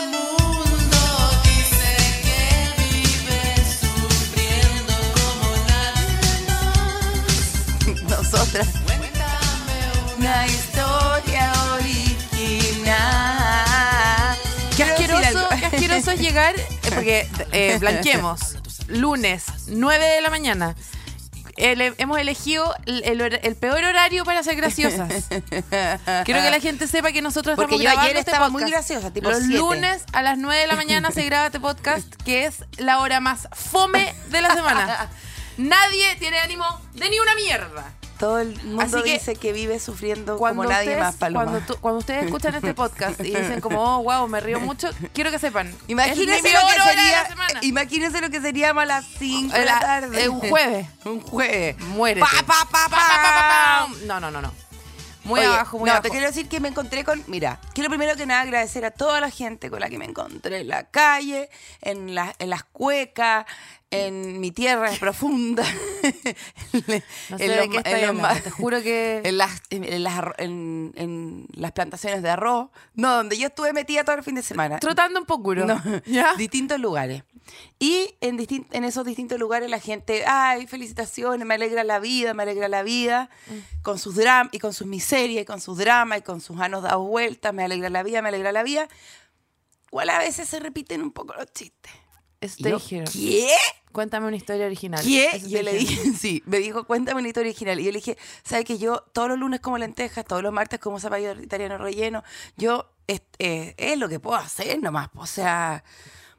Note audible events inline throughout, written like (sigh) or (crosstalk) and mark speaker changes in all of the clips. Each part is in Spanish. Speaker 1: el mundo dice que vives sufriendo como nadie más.
Speaker 2: Nosotras.
Speaker 1: Cuéntame una
Speaker 2: Una historia original.
Speaker 3: Qué
Speaker 2: Quiero decir
Speaker 3: asqueroso,
Speaker 2: algo.
Speaker 3: qué asqueroso es llegar,
Speaker 2: (laughs)
Speaker 3: eh, porque eh, blanqueemos, lunes, 9 de la mañana. Ele- hemos elegido el, el hor- el peor horario para ser
Speaker 2: (laughs)
Speaker 3: graciosas. Quiero que la gente sepa que nosotros
Speaker 2: Porque
Speaker 3: estamos
Speaker 2: yo ayer
Speaker 3: grabando este
Speaker 2: estaba
Speaker 3: podcast.
Speaker 2: muy graciosa, tipo
Speaker 3: Los
Speaker 2: siete.
Speaker 3: lunes a las 9 de la mañana se graba este podcast, que es la hora más fome de la
Speaker 2: (laughs)
Speaker 3: semana. Nadie tiene ánimo de ni una mierda.
Speaker 2: Todo el mundo
Speaker 3: Así que
Speaker 2: dice que vive sufriendo
Speaker 3: Cuando
Speaker 2: como nadie
Speaker 3: ustedes-
Speaker 2: más, Paloma.
Speaker 3: Cuando, tú- cuando ustedes escuchan este podcast y dicen como, oh, wow, me río mucho, quiero que sepan. es mi
Speaker 2: Imagínense lo,
Speaker 3: peor
Speaker 2: que
Speaker 3: hora de la
Speaker 2: sería,
Speaker 3: semana.
Speaker 2: imagínense lo que seríamos a las 5 de la
Speaker 3: La-
Speaker 2: tarde.
Speaker 3: eh, un jueves.
Speaker 2: (laughs) un jueves.
Speaker 3: Muérete.
Speaker 2: Pa, pa, pa, pa,
Speaker 3: Pa, pa, pa, pa, pa. No, no, no, no. Muy
Speaker 2: Oye,
Speaker 3: abajo, muy
Speaker 2: no,
Speaker 3: abajo.
Speaker 2: te quiero decir que me encontré con. Mira, quiero primero que nada agradecer a toda la gente con la que me encontré en la calle, en, la- en las cuecas, en mi tierra profunda. (laughs)
Speaker 3: No sé de qué estoy hablando,
Speaker 2: ma-
Speaker 3: te juro que-
Speaker 2: En las, en, en las, arro- en- en las plantaciones de arroz. No, donde yo estuve metida todo el fin de semana.
Speaker 3: Trotando un poco,
Speaker 2: No, (laughs)
Speaker 3: ¿Ya?
Speaker 2: distintos lugares. Y en, distin- en esos distintos lugares la gente, ay, felicitaciones, me alegra la vida, me alegra la vida, con sus dramas y con sus miserias, y con sus dramas, y con sus anos dados vueltas, me alegra la vida, me alegra la vida. Igual a veces se repiten un poco los chistes.
Speaker 3: Eso
Speaker 2: Y
Speaker 3: te
Speaker 2: yo,
Speaker 3: dijeron.
Speaker 2: ¿Qué?
Speaker 3: Cuéntame una historia original.
Speaker 2: ¿Qué?
Speaker 3: Eso
Speaker 2: Y
Speaker 3: te
Speaker 2: yo le
Speaker 3: dijeron.
Speaker 2: dije, (laughs) sí, me dijo, cuéntame la historia original. Y yo le dije, ¿sabes que yo todos los lunes como lentejas, todos los martes como zapallo italiano relleno, yo es, eh, es lo que puedo hacer nomás. po. O sea,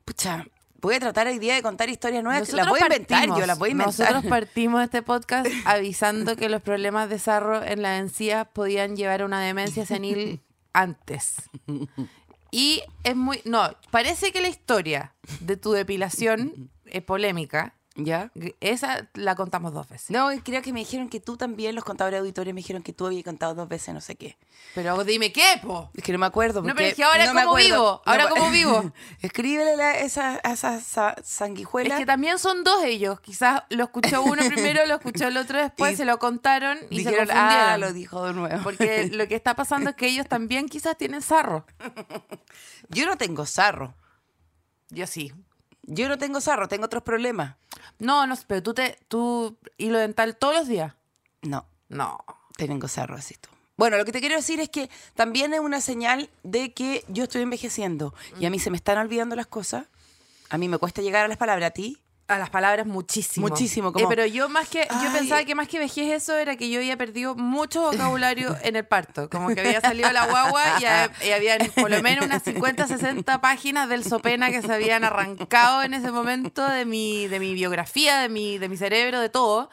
Speaker 2: pucha, voy a tratar hoy día de contar historias nuevas.
Speaker 3: Nosotros
Speaker 2: Las voy a inventar,
Speaker 3: partimos-
Speaker 2: yo las voy a inventar.
Speaker 3: Nosotros partimos este podcast (laughs) avisando que los problemas de sarro en las encías podían llevar a una demencia
Speaker 2: (laughs)
Speaker 3: senil antes. Y es muy... No, parece que la historia de tu depilación es polémica.
Speaker 2: (laughs) ¿Ya?
Speaker 3: Esa la contamos dos veces.
Speaker 2: No, y creo que me dijeron que tú también, los contadores auditorios me dijeron que tú habías contado dos veces, no sé qué.
Speaker 3: Pero dime qué, po.
Speaker 2: Es que no me acuerdo.
Speaker 3: No, pero
Speaker 2: porque
Speaker 3: es que ahora
Speaker 2: no me
Speaker 3: cómo
Speaker 2: acuerdo.
Speaker 3: vivo, ahora
Speaker 2: me-
Speaker 3: cómo vivo.
Speaker 2: (laughs) Escríbele la- esa, a esa sa-
Speaker 3: Es
Speaker 2: sanguijuela.
Speaker 3: que también son dos ellos. Quizás lo escuchó
Speaker 2: (laughs)
Speaker 3: uno primero, lo escuchó el otro después,
Speaker 2: Y
Speaker 3: se lo contaron y
Speaker 2: dijeron,
Speaker 3: se confundieron.
Speaker 2: ah, lo dijo de
Speaker 3: (laughs)
Speaker 2: nuevo. (laughs)
Speaker 3: Porque lo que está pasando es que ellos también quizás tienen sarro.
Speaker 2: Yo no tengo sarro.
Speaker 3: Yo sí.
Speaker 2: Yo no tengo sarro, tengo otros problemas.
Speaker 3: No, no, pero tú te tú hilo dental todos los días.
Speaker 2: No,
Speaker 3: No.
Speaker 2: tengo sarro, así tú. Bueno, lo que te quiero decir es que también es una señal de que yo estoy envejeciendo y a mí se me están olvidando las cosas. A mí me cuesta llegar a las palabras, a ti.
Speaker 3: A las palabras muchísimo.
Speaker 2: Muchísimo, como-
Speaker 3: Eh, pero yo más que yo
Speaker 2: Ay.
Speaker 3: pensaba que más que vejez eso era que yo había perdido mucho vocabulario en el parto, como que había salido la guagua y, ha- y habían por lo menos unas 50, 60 páginas del Sopena que se habían arrancado en ese momento de mi de mi biografía, de mi de mi cerebro, de todo.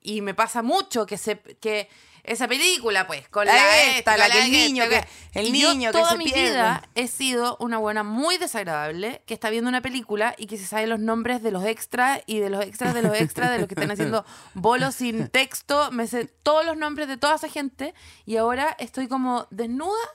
Speaker 3: Y me pasa mucho que se que esa película pues con la,
Speaker 2: La esta,
Speaker 3: esta,
Speaker 2: la
Speaker 3: con
Speaker 2: que el niño
Speaker 3: esta,
Speaker 2: que- el
Speaker 3: y yo
Speaker 2: niño que
Speaker 3: toda
Speaker 2: se
Speaker 3: mi
Speaker 2: pierde.
Speaker 3: vida he sido una buena muy desagradable que está viendo una película y que se sabe los nombres de los extras y de los extras de los extras de los que están
Speaker 2: (laughs)
Speaker 3: haciendo bolos sin texto. Me sé todos los nombres de toda esa gente y ahora estoy como desnuda,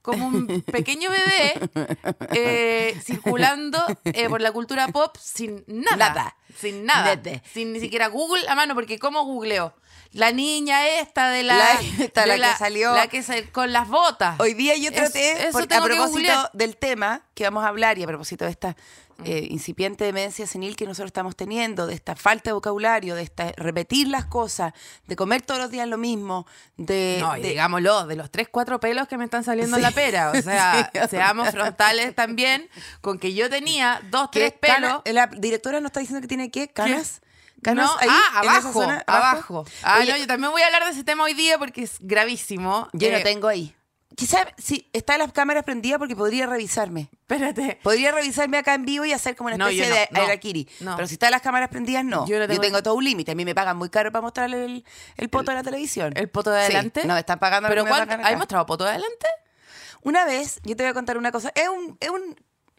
Speaker 3: como un pequeño bebé eh, circulando eh, por la cultura pop sin nada.
Speaker 2: Nada.
Speaker 3: Sin nada.
Speaker 2: Nete.
Speaker 3: Sin ni siquiera Google a mano, porque ¿cómo googleo? La niña esta de la.
Speaker 2: La esta,
Speaker 3: de
Speaker 2: la que salió.
Speaker 3: La que sal- con las botas.
Speaker 2: Hoy día yo
Speaker 3: Ah. Es-
Speaker 2: traté,
Speaker 3: eso
Speaker 2: porque a
Speaker 3: tengo que
Speaker 2: propósito
Speaker 3: googlear.
Speaker 2: del tema que vamos a hablar y a propósito de esta eh,
Speaker 3: Mm.
Speaker 2: incipiente demencia senil que nosotros estamos teniendo, de esta falta de vocabulario, de esta repetir las cosas, de comer todos los días lo mismo, de,
Speaker 3: No, y
Speaker 2: de-
Speaker 3: digámoslo, de los tres, cuatro pelos que me están saliendo en la
Speaker 2: Sí.
Speaker 3: pera. O sea,
Speaker 2: (laughs) Sí.
Speaker 3: seamos frontales también, con que yo tenía dos,
Speaker 2: ¿Qué
Speaker 3: tres pelos.
Speaker 2: cana- La directora nos está diciendo que tiene qué? ¿Canas? ¿Canas
Speaker 3: No,
Speaker 2: ahí,
Speaker 3: ah,
Speaker 2: en esa
Speaker 3: abajo,
Speaker 2: zona,
Speaker 3: abajo. Ah,
Speaker 2: Oye,
Speaker 3: no, yo también voy a hablar de ese tema hoy día porque es gravísimo.
Speaker 2: yo
Speaker 3: Eh,
Speaker 2: no tengo ahí. Quizás si está las cámaras prendidas porque podría revisarme.
Speaker 3: Espérate.
Speaker 2: Podría revisarme acá en vivo y hacer como una
Speaker 3: No,
Speaker 2: especie
Speaker 3: yo
Speaker 2: de
Speaker 3: no, no,
Speaker 2: Arakiri.
Speaker 3: no.
Speaker 2: Pero si están las cámaras prendidas, no.
Speaker 3: Yo
Speaker 2: Yo,
Speaker 3: no tengo-
Speaker 2: tengo... todo un límite. A mí me pagan muy caro para mostrar el, el poto de la televisión.
Speaker 3: ¿El poto de
Speaker 2: Sí,
Speaker 3: adelante?
Speaker 2: no, me están pagando lo
Speaker 3: ¿Pero
Speaker 2: que me
Speaker 3: cuánto?
Speaker 2: pagan acá.
Speaker 3: ¿Hay mostrado poto de adelante?
Speaker 2: Una vez, yo te voy a contar una cosa. Es un, es un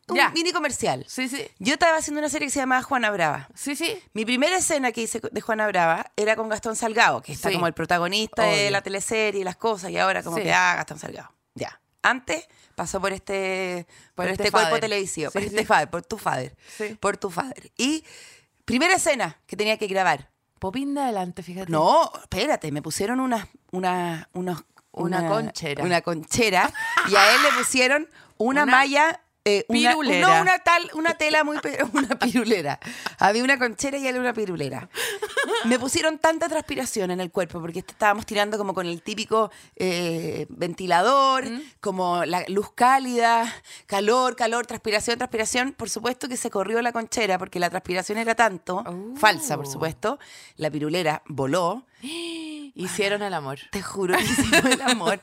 Speaker 2: un
Speaker 3: Ya.
Speaker 2: mini comercial.
Speaker 3: Sí, sí.
Speaker 2: Yo estaba haciendo una serie que se llamaba Juana Brava.
Speaker 3: Sí, sí.
Speaker 2: Mi primera escena que hice de Juana Brava era con Gastón Salgado, que está
Speaker 3: Sí.
Speaker 2: como el protagonista de
Speaker 3: Obvio.
Speaker 2: la teleserie y las cosas, y ahora como
Speaker 3: Sí.
Speaker 2: que, ah, Gastón Salgado. Ya. Antes pasó por este, por
Speaker 3: Por
Speaker 2: este,
Speaker 3: este
Speaker 2: cuerpo
Speaker 3: fader.
Speaker 2: televisivo,
Speaker 3: Sí,
Speaker 2: por
Speaker 3: sí.
Speaker 2: este fader, por tu fader,
Speaker 3: Sí.
Speaker 2: por tu fader. Y primera escena que tenía que grabar.
Speaker 3: Popín de adelante, fíjate.
Speaker 2: No, espérate, me pusieron unas, unas, unos-
Speaker 3: Una conchera.
Speaker 2: Una conchera. Y a él le pusieron una,
Speaker 3: Una
Speaker 2: malla. eh, una-
Speaker 3: pirulera.
Speaker 2: no, una, tal, una tela muy. pe- (laughs) Una pirulera. Había una conchera y él una pirulera. Me pusieron tanta transpiración en el cuerpo porque este- estábamos tirando como con el típico eh, ventilador,
Speaker 3: Mm.
Speaker 2: como la luz cálida, calor, calor, transpiración, transpiración. Por supuesto que se corrió la conchera porque la transpiración era tanto,
Speaker 3: Oh.
Speaker 2: falsa por supuesto. La pirulera voló.
Speaker 3: Hicieron el amor.
Speaker 2: Te juro que hicimos el amor.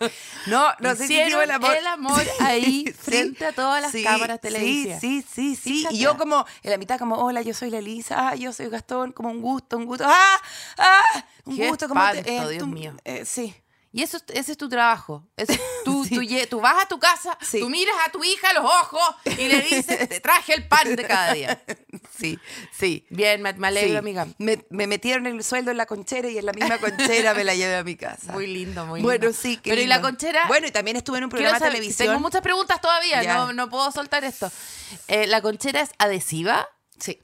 Speaker 2: No, no sé si hicimos el amor.
Speaker 3: el amor ahí, frente a todas las cámaras televisivas.
Speaker 2: Sí, sí, sí,
Speaker 3: Fíjate.
Speaker 2: Y yo como, en la mitad como, hola, yo soy la Elisa, ah, yo soy Gastón, como un gusto, un gusto. ¡Ah! ¡Ah! Un
Speaker 3: Qué
Speaker 2: gusto, como...
Speaker 3: espanto, Dios mío.
Speaker 2: eh, sí. (laughs)
Speaker 3: Y eso, ese es tu trabajo. Eso es tú, tú lle- tú vas a tu casa,
Speaker 2: Sí.
Speaker 3: tú miras a tu hija a los ojos y le dices, te traje el pan de cada día.
Speaker 2: Sí, sí.
Speaker 3: Bien, me, me alegro,
Speaker 2: Sí.
Speaker 3: amiga.
Speaker 2: Me, me metieron el sueldo en la conchera y en la misma conchera me la llevé a mi casa.
Speaker 3: (laughs) Muy lindo, muy lindo.
Speaker 2: bueno, sí. qué
Speaker 3: Pero ¿y la
Speaker 2: lindo.
Speaker 3: conchera?
Speaker 2: Bueno, y también estuve en un
Speaker 3: Quiero
Speaker 2: programa de
Speaker 3: saber-
Speaker 2: televisión.
Speaker 3: Tengo muchas preguntas todavía,
Speaker 2: Ya.
Speaker 3: no, no puedo soltar esto. Eh, ¿La conchera es adhesiva?
Speaker 2: Sí.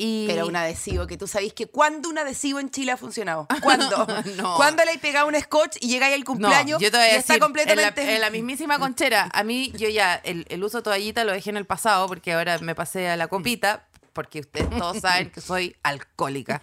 Speaker 3: Y...
Speaker 2: Pero un adhesivo, que tú sabés que cuando un adhesivo en Chile
Speaker 3: (laughs)
Speaker 2: ha funcionado. ¿Cuándo?
Speaker 3: No.
Speaker 2: ¿Cuándo le hay pegado un scotch y llega ahí el
Speaker 3: No,
Speaker 2: cumpleaños
Speaker 3: yo te voy a
Speaker 2: y está
Speaker 3: decir,
Speaker 2: completamente...
Speaker 3: En la, en la
Speaker 2: (laughs)
Speaker 3: mismísima conchera. A mí, yo ya el, el uso de toallita lo dejé en el pasado porque ahora me pasé a la copita porque ustedes
Speaker 2: (laughs)
Speaker 3: todos saben que soy alcohólica.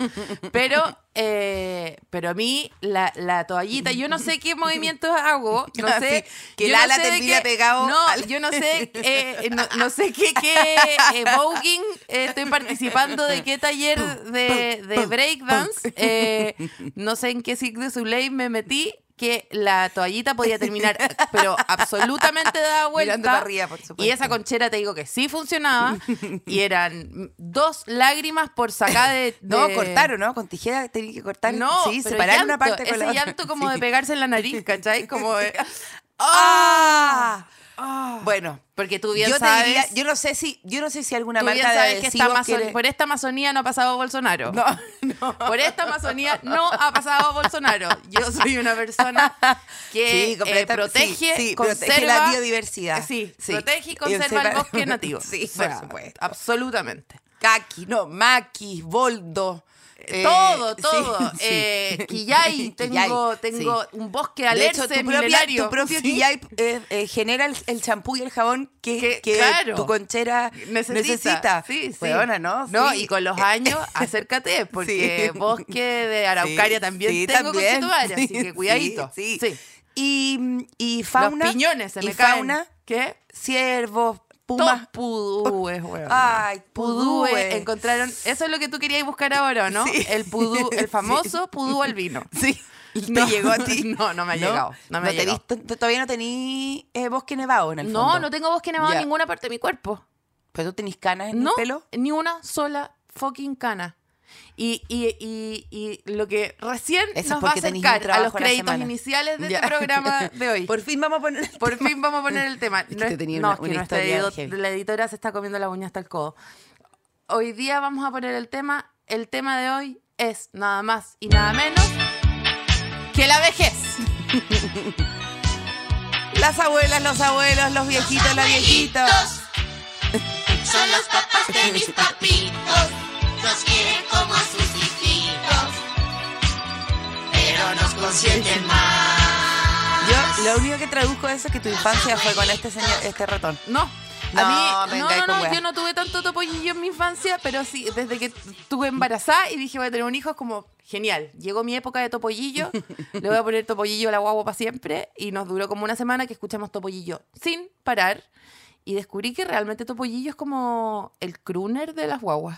Speaker 3: Pero, eh, pero a mí la, la toallita, yo no
Speaker 2: (laughs)
Speaker 3: sé qué movimientos hago, no sé...
Speaker 2: Ah, Sí, que
Speaker 3: yo
Speaker 2: el
Speaker 3: no
Speaker 2: ala
Speaker 3: sé de
Speaker 2: tendría
Speaker 3: qué-
Speaker 2: pegado
Speaker 3: No,
Speaker 2: al-
Speaker 3: yo no sé, eh, no, no sé qué, qué eh, voguing eh, estoy participando, de qué taller de, de breakdance, eh, no sé en qué Cirque du Soleil me metí, que la toallita podía terminar, pero absolutamente dada vuelta.
Speaker 2: (laughs) Mirando pues. para arriba, por supuesto.
Speaker 3: Y esa conchera te digo que sí
Speaker 2: (laughs)
Speaker 3: funcionaba, y eran dos lágrimas por sacar de...
Speaker 2: (laughs) No,
Speaker 3: de-
Speaker 2: cortaron, ¿no? Con tijera tenían que cortar.
Speaker 3: No,
Speaker 2: sí,
Speaker 3: pero
Speaker 2: separar una
Speaker 3: llanto,
Speaker 2: parte con
Speaker 3: ese
Speaker 2: la otra.
Speaker 3: llanto como
Speaker 2: Sí.
Speaker 3: de pegarse en la nariz, ¿cachai? Como de-
Speaker 2: (laughs) ¡Ah! Bueno,
Speaker 3: Porque tú bien
Speaker 2: yo
Speaker 3: sabes...
Speaker 2: te diría, yo no sé si, yo no sé si alguna
Speaker 3: Tú bien
Speaker 2: marca de
Speaker 3: sabes que esta
Speaker 2: adhesivos
Speaker 3: Amazon-
Speaker 2: quiere-
Speaker 3: por esta Amazonía no ha pasado Bolsonaro.
Speaker 2: No, (laughs) no.
Speaker 3: Por esta Amazonía no ha pasado Bolsonaro. Yo soy una persona
Speaker 2: Sí,
Speaker 3: que eh,
Speaker 2: completa-
Speaker 3: protege,
Speaker 2: sí, sí,
Speaker 3: conserva
Speaker 2: protege la biodiversidad.
Speaker 3: Sí,
Speaker 2: Sí.
Speaker 3: protege y conserva
Speaker 2: Conserva-
Speaker 3: el bosque nativo.
Speaker 2: (laughs) Sí, por supuesto.
Speaker 3: Absolutamente.
Speaker 2: Kaki, no, Maki, Boldo. eh,
Speaker 3: todo,
Speaker 2: sí,
Speaker 3: todo.
Speaker 2: (laughs) sí.
Speaker 3: Eh,
Speaker 2: (laughs)
Speaker 3: Quillay, tengo,
Speaker 2: Quillay,
Speaker 3: tengo
Speaker 2: sí.
Speaker 3: un bosque de
Speaker 2: De hecho,
Speaker 3: alerce
Speaker 2: tu propio,
Speaker 3: milenario.
Speaker 2: tu propio
Speaker 3: Sí.
Speaker 2: Quillay, eh, eh, genera el- el champú y el jabón que,
Speaker 3: Que,
Speaker 2: que
Speaker 3: claro.
Speaker 2: tu conchera necesita.
Speaker 3: Sí, sí.
Speaker 2: Huevona, ¿no?
Speaker 3: No,
Speaker 2: Sí.
Speaker 3: y con los
Speaker 2: (laughs)
Speaker 3: años, acércate, porque
Speaker 2: Sí.
Speaker 3: bosque de Araucaria
Speaker 2: Sí,
Speaker 3: también
Speaker 2: sí,
Speaker 3: tengo con
Speaker 2: también.
Speaker 3: Chetumare,
Speaker 2: (laughs)
Speaker 3: así
Speaker 2: Sí,
Speaker 3: que cuidadito.
Speaker 2: sí, sí. Y, y fauna.
Speaker 3: Los piñones se
Speaker 2: y
Speaker 3: me caen.
Speaker 2: fauna,
Speaker 3: ¿Qué?
Speaker 2: ciervos, pumas.
Speaker 3: Top
Speaker 2: (laughs)
Speaker 3: pudúes, weón.
Speaker 2: Ay,
Speaker 3: Pudúes.
Speaker 2: Ah, pudúes.
Speaker 3: Encontraron, eso es lo que tú querías buscar ahora, ¿o ¿no?
Speaker 2: (laughs) Sí.
Speaker 3: El pudú, el famoso pudú albino.
Speaker 2: (laughs) (laughs) Sí. ¿Te
Speaker 3: No,
Speaker 2: llegó a ti?
Speaker 3: (laughs) no, no me ha llegado, no me ha
Speaker 2: te
Speaker 3: llegado.
Speaker 2: viste- t- todavía no tení eh, bosque nevado en el
Speaker 3: No,
Speaker 2: fondo.
Speaker 3: no tengo bosque nevado
Speaker 2: Ya.
Speaker 3: en ninguna parte de mi cuerpo.
Speaker 2: ¿Pero tú tenés canas en
Speaker 3: no,
Speaker 2: el pelo?
Speaker 3: ni una sola fucking cana. Y, y, y, y lo que recién
Speaker 2: Eso es
Speaker 3: nos va a
Speaker 2: porque tenís un
Speaker 3: acercar a
Speaker 2: trabajo
Speaker 3: los
Speaker 2: a la
Speaker 3: créditos
Speaker 2: semana.
Speaker 3: iniciales de
Speaker 2: Ya.
Speaker 3: este programa de hoy. Por,
Speaker 2: (laughs) Por fin vamos a poner.
Speaker 3: fin vamos a poner el tema.
Speaker 2: que
Speaker 3: No,
Speaker 2: te
Speaker 3: es,
Speaker 2: tenía
Speaker 3: no,
Speaker 2: una-
Speaker 3: es que
Speaker 2: una
Speaker 3: nuestra
Speaker 2: historia
Speaker 3: edito-
Speaker 2: heavy.
Speaker 3: la editora se está comiendo la uña hasta el codo. Hoy día vamos a poner el tema. El tema de hoy es nada más y nada menos que la vejez.
Speaker 2: Las abuelas, los abuelos, los viejitos, las viejitas.
Speaker 1: Son los papás de mis papitos, nos quieren como a sus hijitos, pero nos consienten más.
Speaker 2: Yo lo único que traduzco de eso es que tu infancia fue con este señor, este ratón.
Speaker 3: No.
Speaker 2: No,
Speaker 3: A mí,
Speaker 2: venga
Speaker 3: no,
Speaker 2: ahí
Speaker 3: no,
Speaker 2: con
Speaker 3: no,
Speaker 2: weas.
Speaker 3: yo no tuve tanto topollillo en mi infancia, pero sí, desde que estuve embarazada y dije voy a tener un hijo, es como genial. Llegó mi época de
Speaker 2: (laughs)
Speaker 3: topollillo, le voy a poner topollillo a la guagua para siempre, y nos duró como una semana que escuchamos topollillo sin parar. Y descubrí que realmente
Speaker 2: (laughs)
Speaker 3: Topollillo es como el crooner de las guaguas.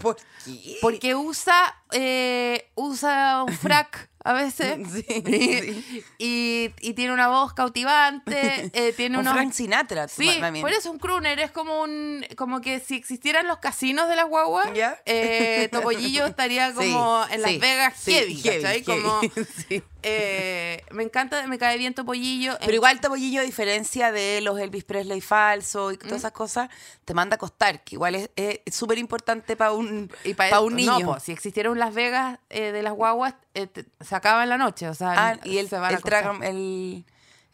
Speaker 2: ¿Por qué?
Speaker 3: Porque usa eh, usa un frac a veces
Speaker 2: Sí,
Speaker 3: y,
Speaker 2: (laughs) sí.
Speaker 3: (laughs) y- y tiene una voz cautivante, eh, tiene
Speaker 2: Un
Speaker 3: unos...
Speaker 2: Frank Sinatra, tú,
Speaker 3: Sí,
Speaker 2: ma- mami.
Speaker 3: por eso un crooner es como un como que si existieran los casinos de las guaguas,
Speaker 2: Ya. (laughs)
Speaker 3: eh, Topollillo estaría
Speaker 2: Sí,
Speaker 3: como en Las
Speaker 2: sí,
Speaker 3: Vegas
Speaker 2: sí,
Speaker 3: heavy, ¿cachai?
Speaker 2: heavy.
Speaker 3: Como
Speaker 2: (laughs) Sí.
Speaker 3: eh, me encanta, me cae bien Topollillo.
Speaker 2: Pero igual Topollillo, a diferencia de los Elvis Presley falso y todas esas cosas, te manda a costar, que igual es eh, es súper importante para un,
Speaker 3: y
Speaker 2: pa un niño.
Speaker 3: No, po, si existiera un Las Vegas eh, de las guaguas, eh, te- se acaba en la noche, o sea,
Speaker 2: Ah, y el,
Speaker 3: se van a
Speaker 2: el,
Speaker 3: acostar.
Speaker 2: traga, el,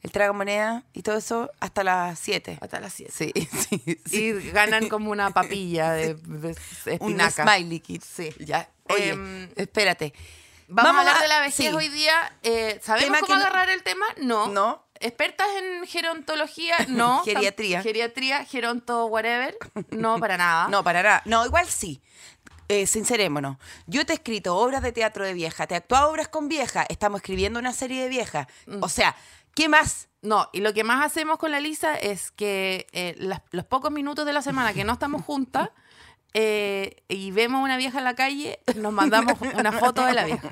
Speaker 2: el traga moneda y todo eso hasta las 7.
Speaker 3: (laughs) hasta las 7.
Speaker 2: Sí, sí, sí.
Speaker 3: Y ganan como una papilla de, de
Speaker 2: Un
Speaker 3: espinaca.
Speaker 2: smiley kid. Ya. Oye,
Speaker 3: Em,
Speaker 2: espérate.
Speaker 3: Vamos, a hablar de la
Speaker 2: sí.
Speaker 3: vejez hoy día. Eh, ¿Sabemos
Speaker 2: Tema que
Speaker 3: cómo
Speaker 2: no-
Speaker 3: agarrar el tema? No.
Speaker 2: No.
Speaker 3: ¿Expertas en
Speaker 2: (laughs)
Speaker 3: gerontología? No.
Speaker 2: Geriatría.
Speaker 3: Geriatría, geronto, whatever. No, para nada.
Speaker 2: No, para nada. No, igual sí. Eh, sincerémonos. Yo te he escrito obras de teatro de vieja, te he actuado obras con vieja, estamos escribiendo una serie de vieja.
Speaker 3: Mm.
Speaker 2: O sea, ¿qué más?
Speaker 3: No, y lo que más hacemos con la Lisa es que eh, las- los pocos minutos de la semana que no estamos juntas eh, y vemos una vieja en la calle, nos mandamos una foto de la vieja.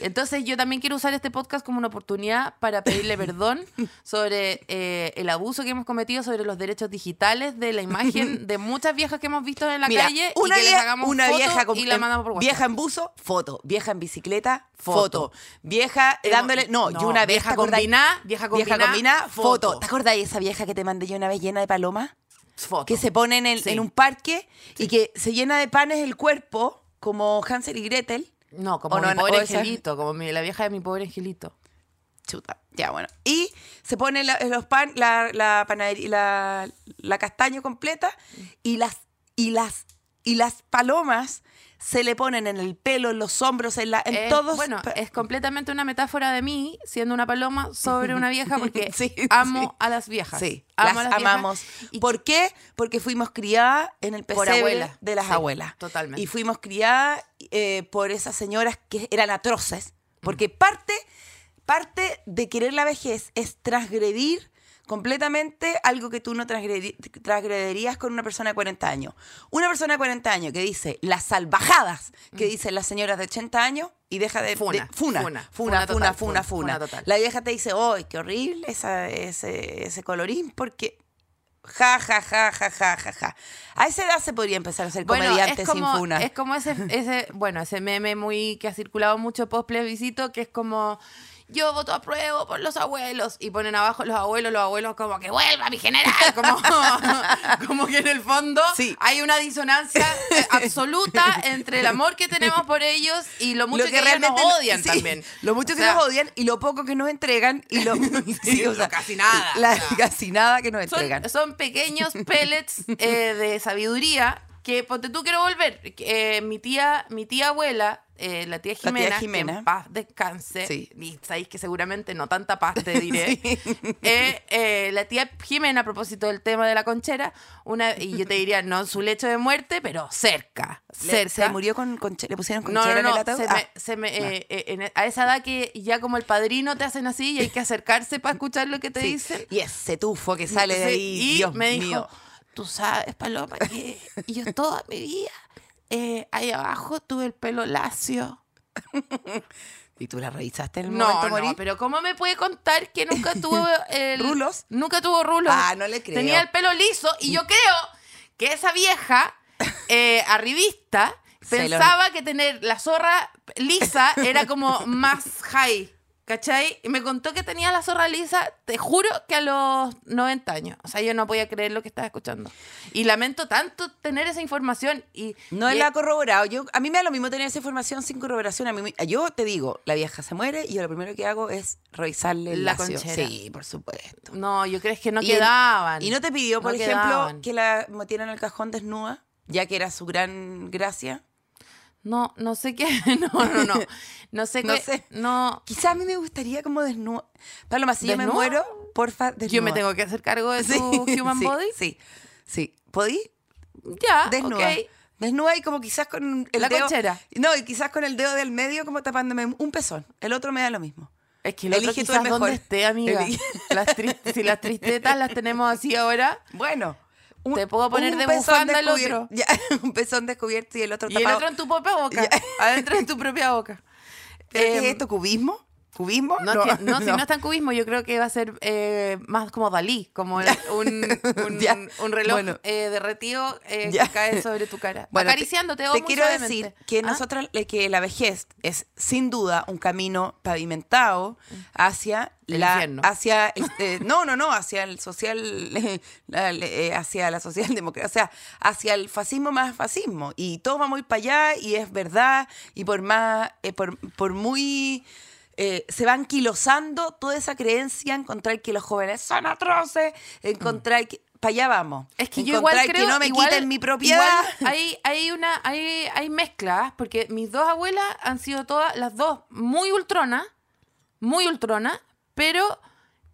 Speaker 3: Entonces yo también quiero usar este podcast como una oportunidad para pedirle perdón sobre eh, el abuso que hemos cometido sobre los derechos digitales de la imagen de muchas viejas que hemos visto en la
Speaker 2: Mira,
Speaker 3: calle
Speaker 2: una,
Speaker 3: y que les
Speaker 2: vie-
Speaker 3: hagamos
Speaker 2: una
Speaker 3: foto
Speaker 2: vieja con- em,
Speaker 3: y la mandamos por WhatsApp.
Speaker 2: Vieja en buzo, foto. Vieja en bicicleta,
Speaker 3: Foto. Em,
Speaker 2: foto. Vieja eh, dándole. No, yo una vez.
Speaker 3: vieja
Speaker 2: ¿te acordáis?
Speaker 3: combinada, vieja combinada,
Speaker 2: Vieja combinada, foto.
Speaker 3: foto.
Speaker 2: ¿Te acordáis de esa vieja que te mandé yo una vez llena de palomas?
Speaker 3: Foto.
Speaker 2: Que se pone en, el-
Speaker 3: Oh. Sí.
Speaker 2: en un parque y que se llena de panes el cuerpo, como Hansel y Gretel.
Speaker 3: No, como
Speaker 2: O no,
Speaker 3: mi
Speaker 2: no,
Speaker 3: pobre
Speaker 2: o esa-
Speaker 3: angelito, como mi- la vieja de mi pobre angelito.
Speaker 2: Chuta, ya bueno. Y se pone la- los pan, la, la panadería, la, la castaña completa y las, y las, y las palomas se le ponen en el pelo, en los hombros, en la, en
Speaker 3: Es-
Speaker 2: todos.
Speaker 3: Eh, Bueno,
Speaker 2: pa-
Speaker 3: es completamente una metáfora de mí siendo una paloma sobre una vieja porque
Speaker 2: (laughs) Sí,
Speaker 3: amo
Speaker 2: sí.
Speaker 3: a las viejas.
Speaker 2: Sí,
Speaker 3: amo a
Speaker 2: las,
Speaker 3: viejas.
Speaker 2: amamos.
Speaker 3: Y-
Speaker 2: ¿Por qué? Porque fuimos criadas en el
Speaker 3: Por
Speaker 2: pesebre
Speaker 3: abuela.
Speaker 2: de las
Speaker 3: Sí,
Speaker 2: abuelas.
Speaker 3: totalmente.
Speaker 2: Y fuimos criadas eh, por esas señoras que eran atroces.
Speaker 3: Mm.
Speaker 2: Porque parte, parte de querer la vejez es transgredir completamente algo que tú no transgredi- transgredirías con una persona de 40 años. Una persona de 40 años que dice las salvajadas que
Speaker 3: Mm.
Speaker 2: dicen las señoras de 80 años y deja de... de-
Speaker 3: Funa,
Speaker 2: funa,
Speaker 3: funa, funa
Speaker 2: funa, funa,
Speaker 3: total, funa,
Speaker 2: funa, funa,
Speaker 3: funa total.
Speaker 2: La vieja te dice, ¡ay, qué horrible esa- ese, ese colorín! Porque ja, ja, ja, ja, ja, ja, ja. A esa edad se podría empezar a ser
Speaker 3: Bueno,
Speaker 2: comediante
Speaker 3: es como,
Speaker 2: sin funa.
Speaker 3: es como ese, ese, bueno, ese meme muy que ha circulado mucho post plebiscito que es como yo voto a prueba por los abuelos y ponen abajo los abuelos, los abuelos como que vuelva mi general, como, (laughs) como que en el fondo
Speaker 2: Sí.
Speaker 3: hay una
Speaker 2: (laughs)
Speaker 3: disonancia eh, absoluta entre el amor que tenemos por ellos y lo mucho que, ellos nos odian
Speaker 2: sí,
Speaker 3: también.
Speaker 2: Lo mucho
Speaker 3: O
Speaker 2: que
Speaker 3: sea,
Speaker 2: nos odian y lo poco que nos entregan
Speaker 3: (laughs)
Speaker 2: y lo, sí, o sea,
Speaker 3: casi nada,
Speaker 2: la-
Speaker 3: o sea.
Speaker 2: casi nada que nos entregan.
Speaker 3: son, son
Speaker 2: (laughs)
Speaker 3: pequeños pellets eh, de sabiduría que ponte tú quiero volver. Eh, mi tía, mi tía abuela, eh, la tía
Speaker 2: tía
Speaker 3: Jimena, que en
Speaker 2: Jimena.
Speaker 3: paz descanse.
Speaker 2: Sí.
Speaker 3: Y sabéis que seguramente no tanta paz
Speaker 2: (laughs)
Speaker 3: te diré. Eh, eh, la tía Jimena, a propósito del tema de la conchera, una, y yo te diría, no en su lecho de muerte, pero cerca.
Speaker 2: Le-
Speaker 3: cerca.
Speaker 2: se murió con, con che- le pusieron con
Speaker 3: No, no,
Speaker 2: chera en
Speaker 3: no.
Speaker 2: el ataúd.
Speaker 3: se
Speaker 2: Ah,
Speaker 3: me- se me, eh, eh, en- a esa edad que ya como el padrino te hacen así y hay que acercarse para escuchar lo que te
Speaker 2: sí.
Speaker 3: dicen.
Speaker 2: Y ese tufo que sale de
Speaker 3: Sí,
Speaker 2: ahí,
Speaker 3: Y
Speaker 2: Dios
Speaker 3: me dijo,
Speaker 2: mío.
Speaker 3: tú sabes, Paloma, que (laughs) yo toda mi vida eh, ahí abajo tuve el pelo lacio.
Speaker 2: ¿Y tú la revisaste en el
Speaker 3: No,
Speaker 2: momento
Speaker 3: no,
Speaker 2: de morir?
Speaker 3: pero ¿cómo me puede contar que nunca (laughs) tuvo el...
Speaker 2: ¿Rulos?
Speaker 3: Nunca tuvo rulos.
Speaker 2: Ah, no le creo. Mm.
Speaker 3: Tenía el pelo liso y yo creo que esa vieja
Speaker 2: (laughs)
Speaker 3: eh, arribista
Speaker 2: Se lo-
Speaker 3: pensaba que tener la zorra lisa era
Speaker 2: (laughs)
Speaker 3: como más high. ¿Cachai? Y me contó que tenía la zorra lisa, te juro que a los 90 años. O sea, yo no podía creer lo que estaba escuchando. Y lamento tanto tener esa información. Y,
Speaker 2: No
Speaker 3: y-
Speaker 2: la ha corroborado. Yo, a mí me da lo mismo tener esa información sin corroboración. A mí, me- yo te digo, la vieja se muere y yo lo primero que hago es revisarle el
Speaker 3: La
Speaker 2: lacio.
Speaker 3: conchera.
Speaker 2: Sí, por supuesto.
Speaker 3: No, yo creo que no
Speaker 2: Y-
Speaker 3: quedaban.
Speaker 2: Y no te pidió, por
Speaker 3: No
Speaker 2: ejemplo,
Speaker 3: quedaban.
Speaker 2: que la metieran al cajón desnuda, ya que era su gran gracia.
Speaker 3: No, no sé qué. (laughs) No, no,
Speaker 2: (laughs)
Speaker 3: no. No sé
Speaker 2: No
Speaker 3: qué.
Speaker 2: sé.
Speaker 3: No.
Speaker 2: Quizá a mí me gustaría como desnuda. Paloma, si yo me
Speaker 3: ¿Desnuda?
Speaker 2: muero, porfa, desnuda.
Speaker 3: Yo me tengo que hacer cargo de tu human
Speaker 2: (laughs) sí,
Speaker 3: body.
Speaker 2: Sí, sí. ¿Podí?
Speaker 3: Ya.
Speaker 2: Desnuda.
Speaker 3: ok.
Speaker 2: Desnuda y como quizás con el
Speaker 3: La
Speaker 2: dedo.
Speaker 3: conchera.
Speaker 2: No, y quizás con el dedo del medio como tapándome un pezón. El otro me da lo mismo.
Speaker 3: Es que el otro
Speaker 2: Elige tú
Speaker 3: quizás
Speaker 2: el mejor.
Speaker 3: donde esté, amiga.
Speaker 2: Elige.
Speaker 3: Las tris- si las tristetas las tenemos así ahora.
Speaker 2: Bueno, un-
Speaker 3: Te puedo poner
Speaker 2: un
Speaker 3: de
Speaker 2: pezón
Speaker 3: bufanda al otro.
Speaker 2: descubierto. (laughs) Ya, un pezón descubierto y el otro
Speaker 3: Y el
Speaker 2: tapado.
Speaker 3: otro en tu propia boca.
Speaker 2: (laughs)
Speaker 3: Adentro en tu propia boca.
Speaker 2: ¿Pero qué
Speaker 3: Em,
Speaker 2: es esto? ¿Cubismo? ¿Cubismo?
Speaker 3: No, es que-
Speaker 2: (laughs)
Speaker 3: no, si no está en cubismo, yo creo que va a ser eh, más como Dalí, como el- un,
Speaker 2: (laughs)
Speaker 3: un,
Speaker 2: Ya.
Speaker 3: un reloj
Speaker 2: Bueno.
Speaker 3: eh, derretido eh,
Speaker 2: Ya.
Speaker 3: que cae sobre tu cara.
Speaker 2: (laughs) Bueno, te-
Speaker 3: acariciándote o
Speaker 2: Te
Speaker 3: muy
Speaker 2: quiero
Speaker 3: suavemente.
Speaker 2: decir que
Speaker 3: Ah,
Speaker 2: nosotros, eh, que la vejez es sin duda un camino pavimentado hacia
Speaker 3: Mm. El
Speaker 2: la
Speaker 3: infierno.
Speaker 2: hacia este, no no no hacia el social (laughs) eh, la- eh, hacia la socialdemocracia o sea, hacia el fascismo más fascismo y todo vamos a ir para allá y es verdad y por más eh, por, por muy eh, se va anquilosando toda esa creencia encontrar que los jóvenes son atroces encontrar que para allá vamos
Speaker 3: Mm. Es que yo igual
Speaker 2: encontrar
Speaker 3: creo
Speaker 2: que no me
Speaker 3: igual-
Speaker 2: quiten mi propiedad
Speaker 3: igual
Speaker 2: (laughs)
Speaker 3: Hay, hay una hay, hay mezclas porque mis dos abuelas han sido todas las dos muy ultronas, muy ultronas, pero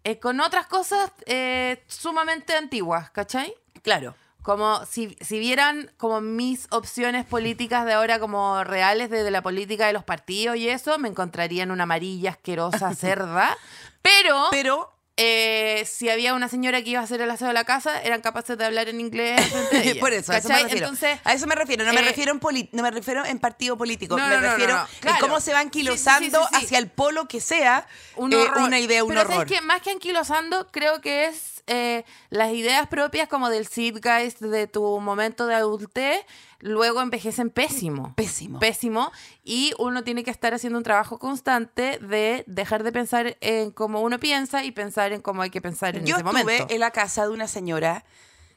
Speaker 3: eh, con otras cosas eh, sumamente antiguas, ¿cachai?
Speaker 2: claro
Speaker 3: Como si, si vieran como mis opciones políticas de ahora como reales desde la política de los partidos y eso, me encontrarían una amarilla
Speaker 2: (laughs)
Speaker 3: asquerosa cerda. Pero, (laughs)
Speaker 2: pero
Speaker 3: eh, si había una señora que iba a hacer el aseo de la casa, eran capaces de hablar en
Speaker 2: (laughs)
Speaker 3: inglés. frente a ella,
Speaker 2: Por eso, a eso me
Speaker 3: ¿cachai?
Speaker 2: refiero.
Speaker 3: Entonces,
Speaker 2: a eso me refiero. No me
Speaker 3: eh,
Speaker 2: refiero en poli- no me refiero en partido político.
Speaker 3: No,
Speaker 2: me
Speaker 3: no, no, no,
Speaker 2: refiero
Speaker 3: no,
Speaker 2: en
Speaker 3: claro.
Speaker 2: cómo se va anquilosando
Speaker 3: Sí, sí, sí, sí, sí.
Speaker 2: hacia el polo que sea
Speaker 3: un
Speaker 2: eh,
Speaker 3: horror.
Speaker 2: una idea, un
Speaker 3: Pero
Speaker 2: horror.
Speaker 3: ¿sabes qué? más que anquilosando, creo que es eh, las ideas propias como del zeitgeist de tu momento de adultez, luego envejecen pésimo.
Speaker 2: Pésimo.
Speaker 3: pésimo y uno tiene que estar haciendo un trabajo constante de dejar de pensar en cómo uno piensa y pensar en cómo hay que pensar en
Speaker 2: Yo
Speaker 3: ese
Speaker 2: estuve
Speaker 3: momento.
Speaker 2: en la casa de una señora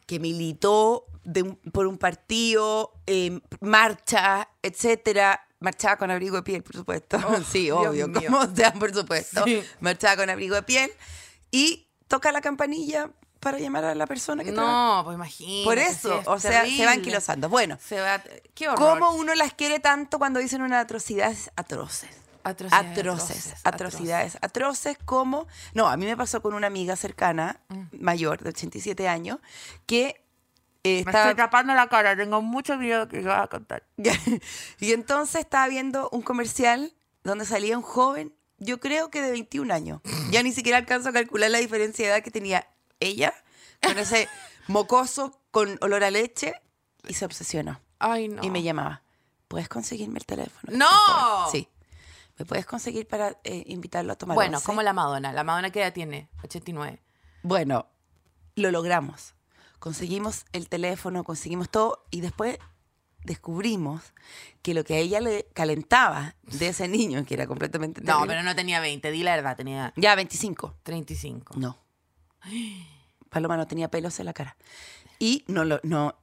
Speaker 2: que militó de un- por un partido, eh, marcha, etcétera. Marchaba con abrigo de piel, por supuesto. (laughs) sí,
Speaker 3: Oh, Dios
Speaker 2: obvio,
Speaker 3: mío.
Speaker 2: (laughs) como sea, por supuesto.
Speaker 3: Sí.
Speaker 2: Marchaba con abrigo de piel y toca la campanilla para llamar a la persona que trabaja.
Speaker 3: No, pues imagínate.
Speaker 2: Por eso,
Speaker 3: sí, es
Speaker 2: o sea, se va
Speaker 3: terrible.
Speaker 2: anquilosando. Bueno,
Speaker 3: Se va, qué horror.
Speaker 2: ¿Cómo uno las quiere tanto cuando dicen una atrocidad atroces?
Speaker 3: Atrocidades,
Speaker 2: Atroces,
Speaker 3: atroces,
Speaker 2: atrocidades, atroces como... No, a mí me pasó con una amiga cercana,
Speaker 3: Mm.
Speaker 2: mayor, de 87 años, que eh,
Speaker 3: Me
Speaker 2: estaba...
Speaker 3: estoy tapando la cara, tengo mucho miedo que yo voy a contar.
Speaker 2: (laughs) y entonces estaba viendo un comercial donde salía un joven, yo creo que de 21 años. Ya ni siquiera alcanzo a calcular la diferencia de edad que tenía ella
Speaker 3: (laughs)
Speaker 2: con ese mocoso con olor a leche y se obsesionó.
Speaker 3: Ay, no.
Speaker 2: Y me llamaba. ¿Puedes conseguirme el teléfono?
Speaker 3: ¡No!
Speaker 2: por favor?" Sí. ¿Me puedes conseguir para eh, invitarlo a tomar
Speaker 3: Bueno,
Speaker 2: once?"
Speaker 3: como la Madonna. ¿La Madonna qué edad tiene? 89.
Speaker 2: Bueno, lo logramos. Conseguimos el teléfono, conseguimos todo y después descubrimos que lo que a ella le calentaba de ese niño, que era completamente
Speaker 3: No,
Speaker 2: terrible-
Speaker 3: pero no tenía 20, di la verdad, tenía
Speaker 2: Ya, 25.
Speaker 3: 35.
Speaker 2: No. Paloma no tenía pelos en la cara. Y no lo... No,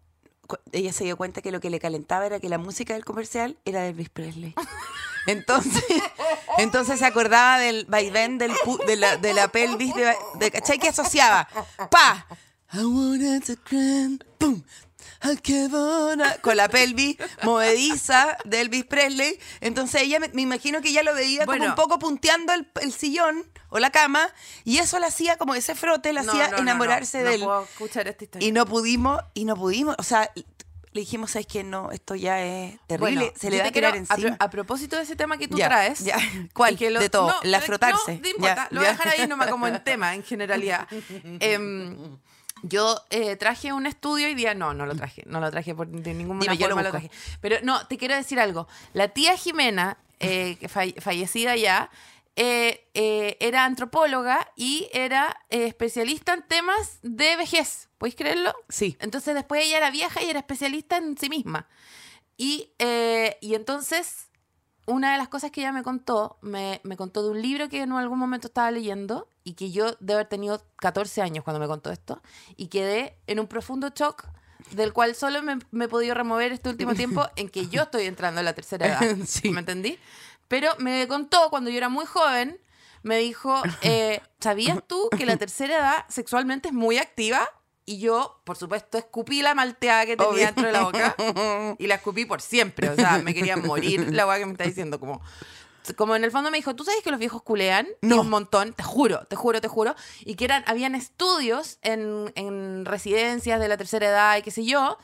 Speaker 2: cu- ella se dio cuenta que lo que le calentaba era que la música del comercial era de Elvis Presley. Entonces, (laughs) entonces se acordaba del vaivén del pu- de, la, de la pelvis de, de- ¿cachai? que asociaba. ¡Pa! I wanted to cry, pum, I give on a- Con la pelvis movediza de Elvis Presley. Entonces ella me, me imagino que ella lo veía como
Speaker 3: Bueno.
Speaker 2: un poco punteando el, el sillón o la cama. Y eso la hacía como ese frote, la
Speaker 3: No,
Speaker 2: hacía
Speaker 3: no, no, no,
Speaker 2: enamorarse
Speaker 3: no
Speaker 2: de él.
Speaker 3: puedo escuchar esta historia.
Speaker 2: Y no pudimos, y no pudimos. O sea, le dijimos, ¿sabes qué? No, esto ya es terrible.
Speaker 3: Bueno,
Speaker 2: se le
Speaker 3: yo
Speaker 2: va
Speaker 3: te
Speaker 2: a tirar
Speaker 3: quiero- a pro-
Speaker 2: encima.
Speaker 3: A, propósito de ese tema que tú
Speaker 2: Ya,
Speaker 3: traes. (laughs)
Speaker 2: ya. ¿Cuál?
Speaker 3: y que
Speaker 2: De todo, la
Speaker 3: pero-
Speaker 2: frotarse.
Speaker 3: No, no importa,
Speaker 2: Ya,
Speaker 3: lo voy a
Speaker 2: ya.
Speaker 3: dejar ahí nomás
Speaker 2: (laughs)
Speaker 3: como en tema, en generalidad. Em, yo eh, traje un estudio y día no, no lo traje, no lo traje por de ninguna
Speaker 2: Dime, yo lo
Speaker 3: forma lo,
Speaker 2: busco.
Speaker 3: traje. Pero no, te quiero decir algo. La tía Jimena, eh, que falle- fallecida ya, eh, eh, era antropóloga y era eh, especialista en temas de vejez. ¿Podéis creerlo? (laughs)
Speaker 2: sí.
Speaker 3: Entonces después ella era vieja y era especialista en sí misma. Y, eh, y entonces, una de las cosas que ella me contó, me, me contó de un libro que en algún momento estaba leyendo y que yo debo haber tenido 14 años cuando me contó esto y quedé en un profundo shock del cual solo me, me he podido remover este último
Speaker 2: (laughs)
Speaker 3: tiempo en que yo estoy entrando en la tercera edad.
Speaker 2: Sí.
Speaker 3: ¿Me entendí? Pero me contó cuando yo era muy joven, me dijo, eh, ¿sabías tú que la tercera edad sexualmente es muy activa? Y yo, por supuesto, escupí la malteada que tenía
Speaker 2: Obvio.
Speaker 3: dentro de la
Speaker 2: (laughs)
Speaker 3: boca y la escupí por siempre. O sea, me quería morir la weá que me está diciendo. Como, como en el fondo me dijo, ¿tú sabes que los viejos culean? Y
Speaker 2: No.
Speaker 3: un montón, te juro, te juro, te juro. Y que eran, habían estudios en, en residencias de la tercera edad y qué sé yo,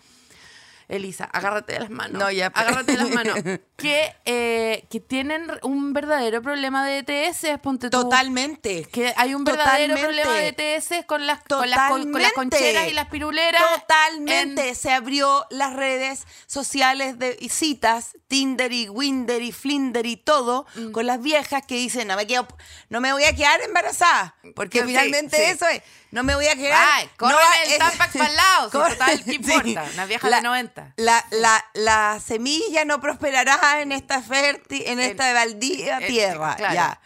Speaker 3: Elisa, agárrate de las manos.
Speaker 2: No, ya, pues.
Speaker 3: Agárrate de las
Speaker 2: (laughs)
Speaker 3: manos. Que, eh, que tienen un verdadero problema de ETS, ponte tú.
Speaker 2: Totalmente.
Speaker 3: Que hay un verdadero
Speaker 2: Totalmente.
Speaker 3: problema de ETS con las, con las, con- con las
Speaker 2: Totalmente.
Speaker 3: concheras y las piruleras.
Speaker 2: Totalmente.
Speaker 3: en-
Speaker 2: Se abrió las redes sociales de y citas, Tinder y Winder y Flinder y todo,
Speaker 3: Mm.
Speaker 2: con las viejas que dicen, no me, quedo, no me voy a quedar embarazada.
Speaker 3: Mm,
Speaker 2: Porque
Speaker 3: Sí,
Speaker 2: finalmente
Speaker 3: sí.
Speaker 2: eso es, no me voy a quedar.
Speaker 3: Ay, corre
Speaker 2: no,
Speaker 3: el
Speaker 2: (laughs)
Speaker 3: tampac para el lado. Si
Speaker 2: corre-
Speaker 3: total, ¿qué
Speaker 2: sí.
Speaker 3: importa? Una vieja
Speaker 2: La-
Speaker 3: de 90.
Speaker 2: La, la, la semilla no prosperará en esta fértil, en
Speaker 3: En-
Speaker 2: esta baldía
Speaker 3: en-
Speaker 2: tierra.
Speaker 3: claro.
Speaker 2: Ya.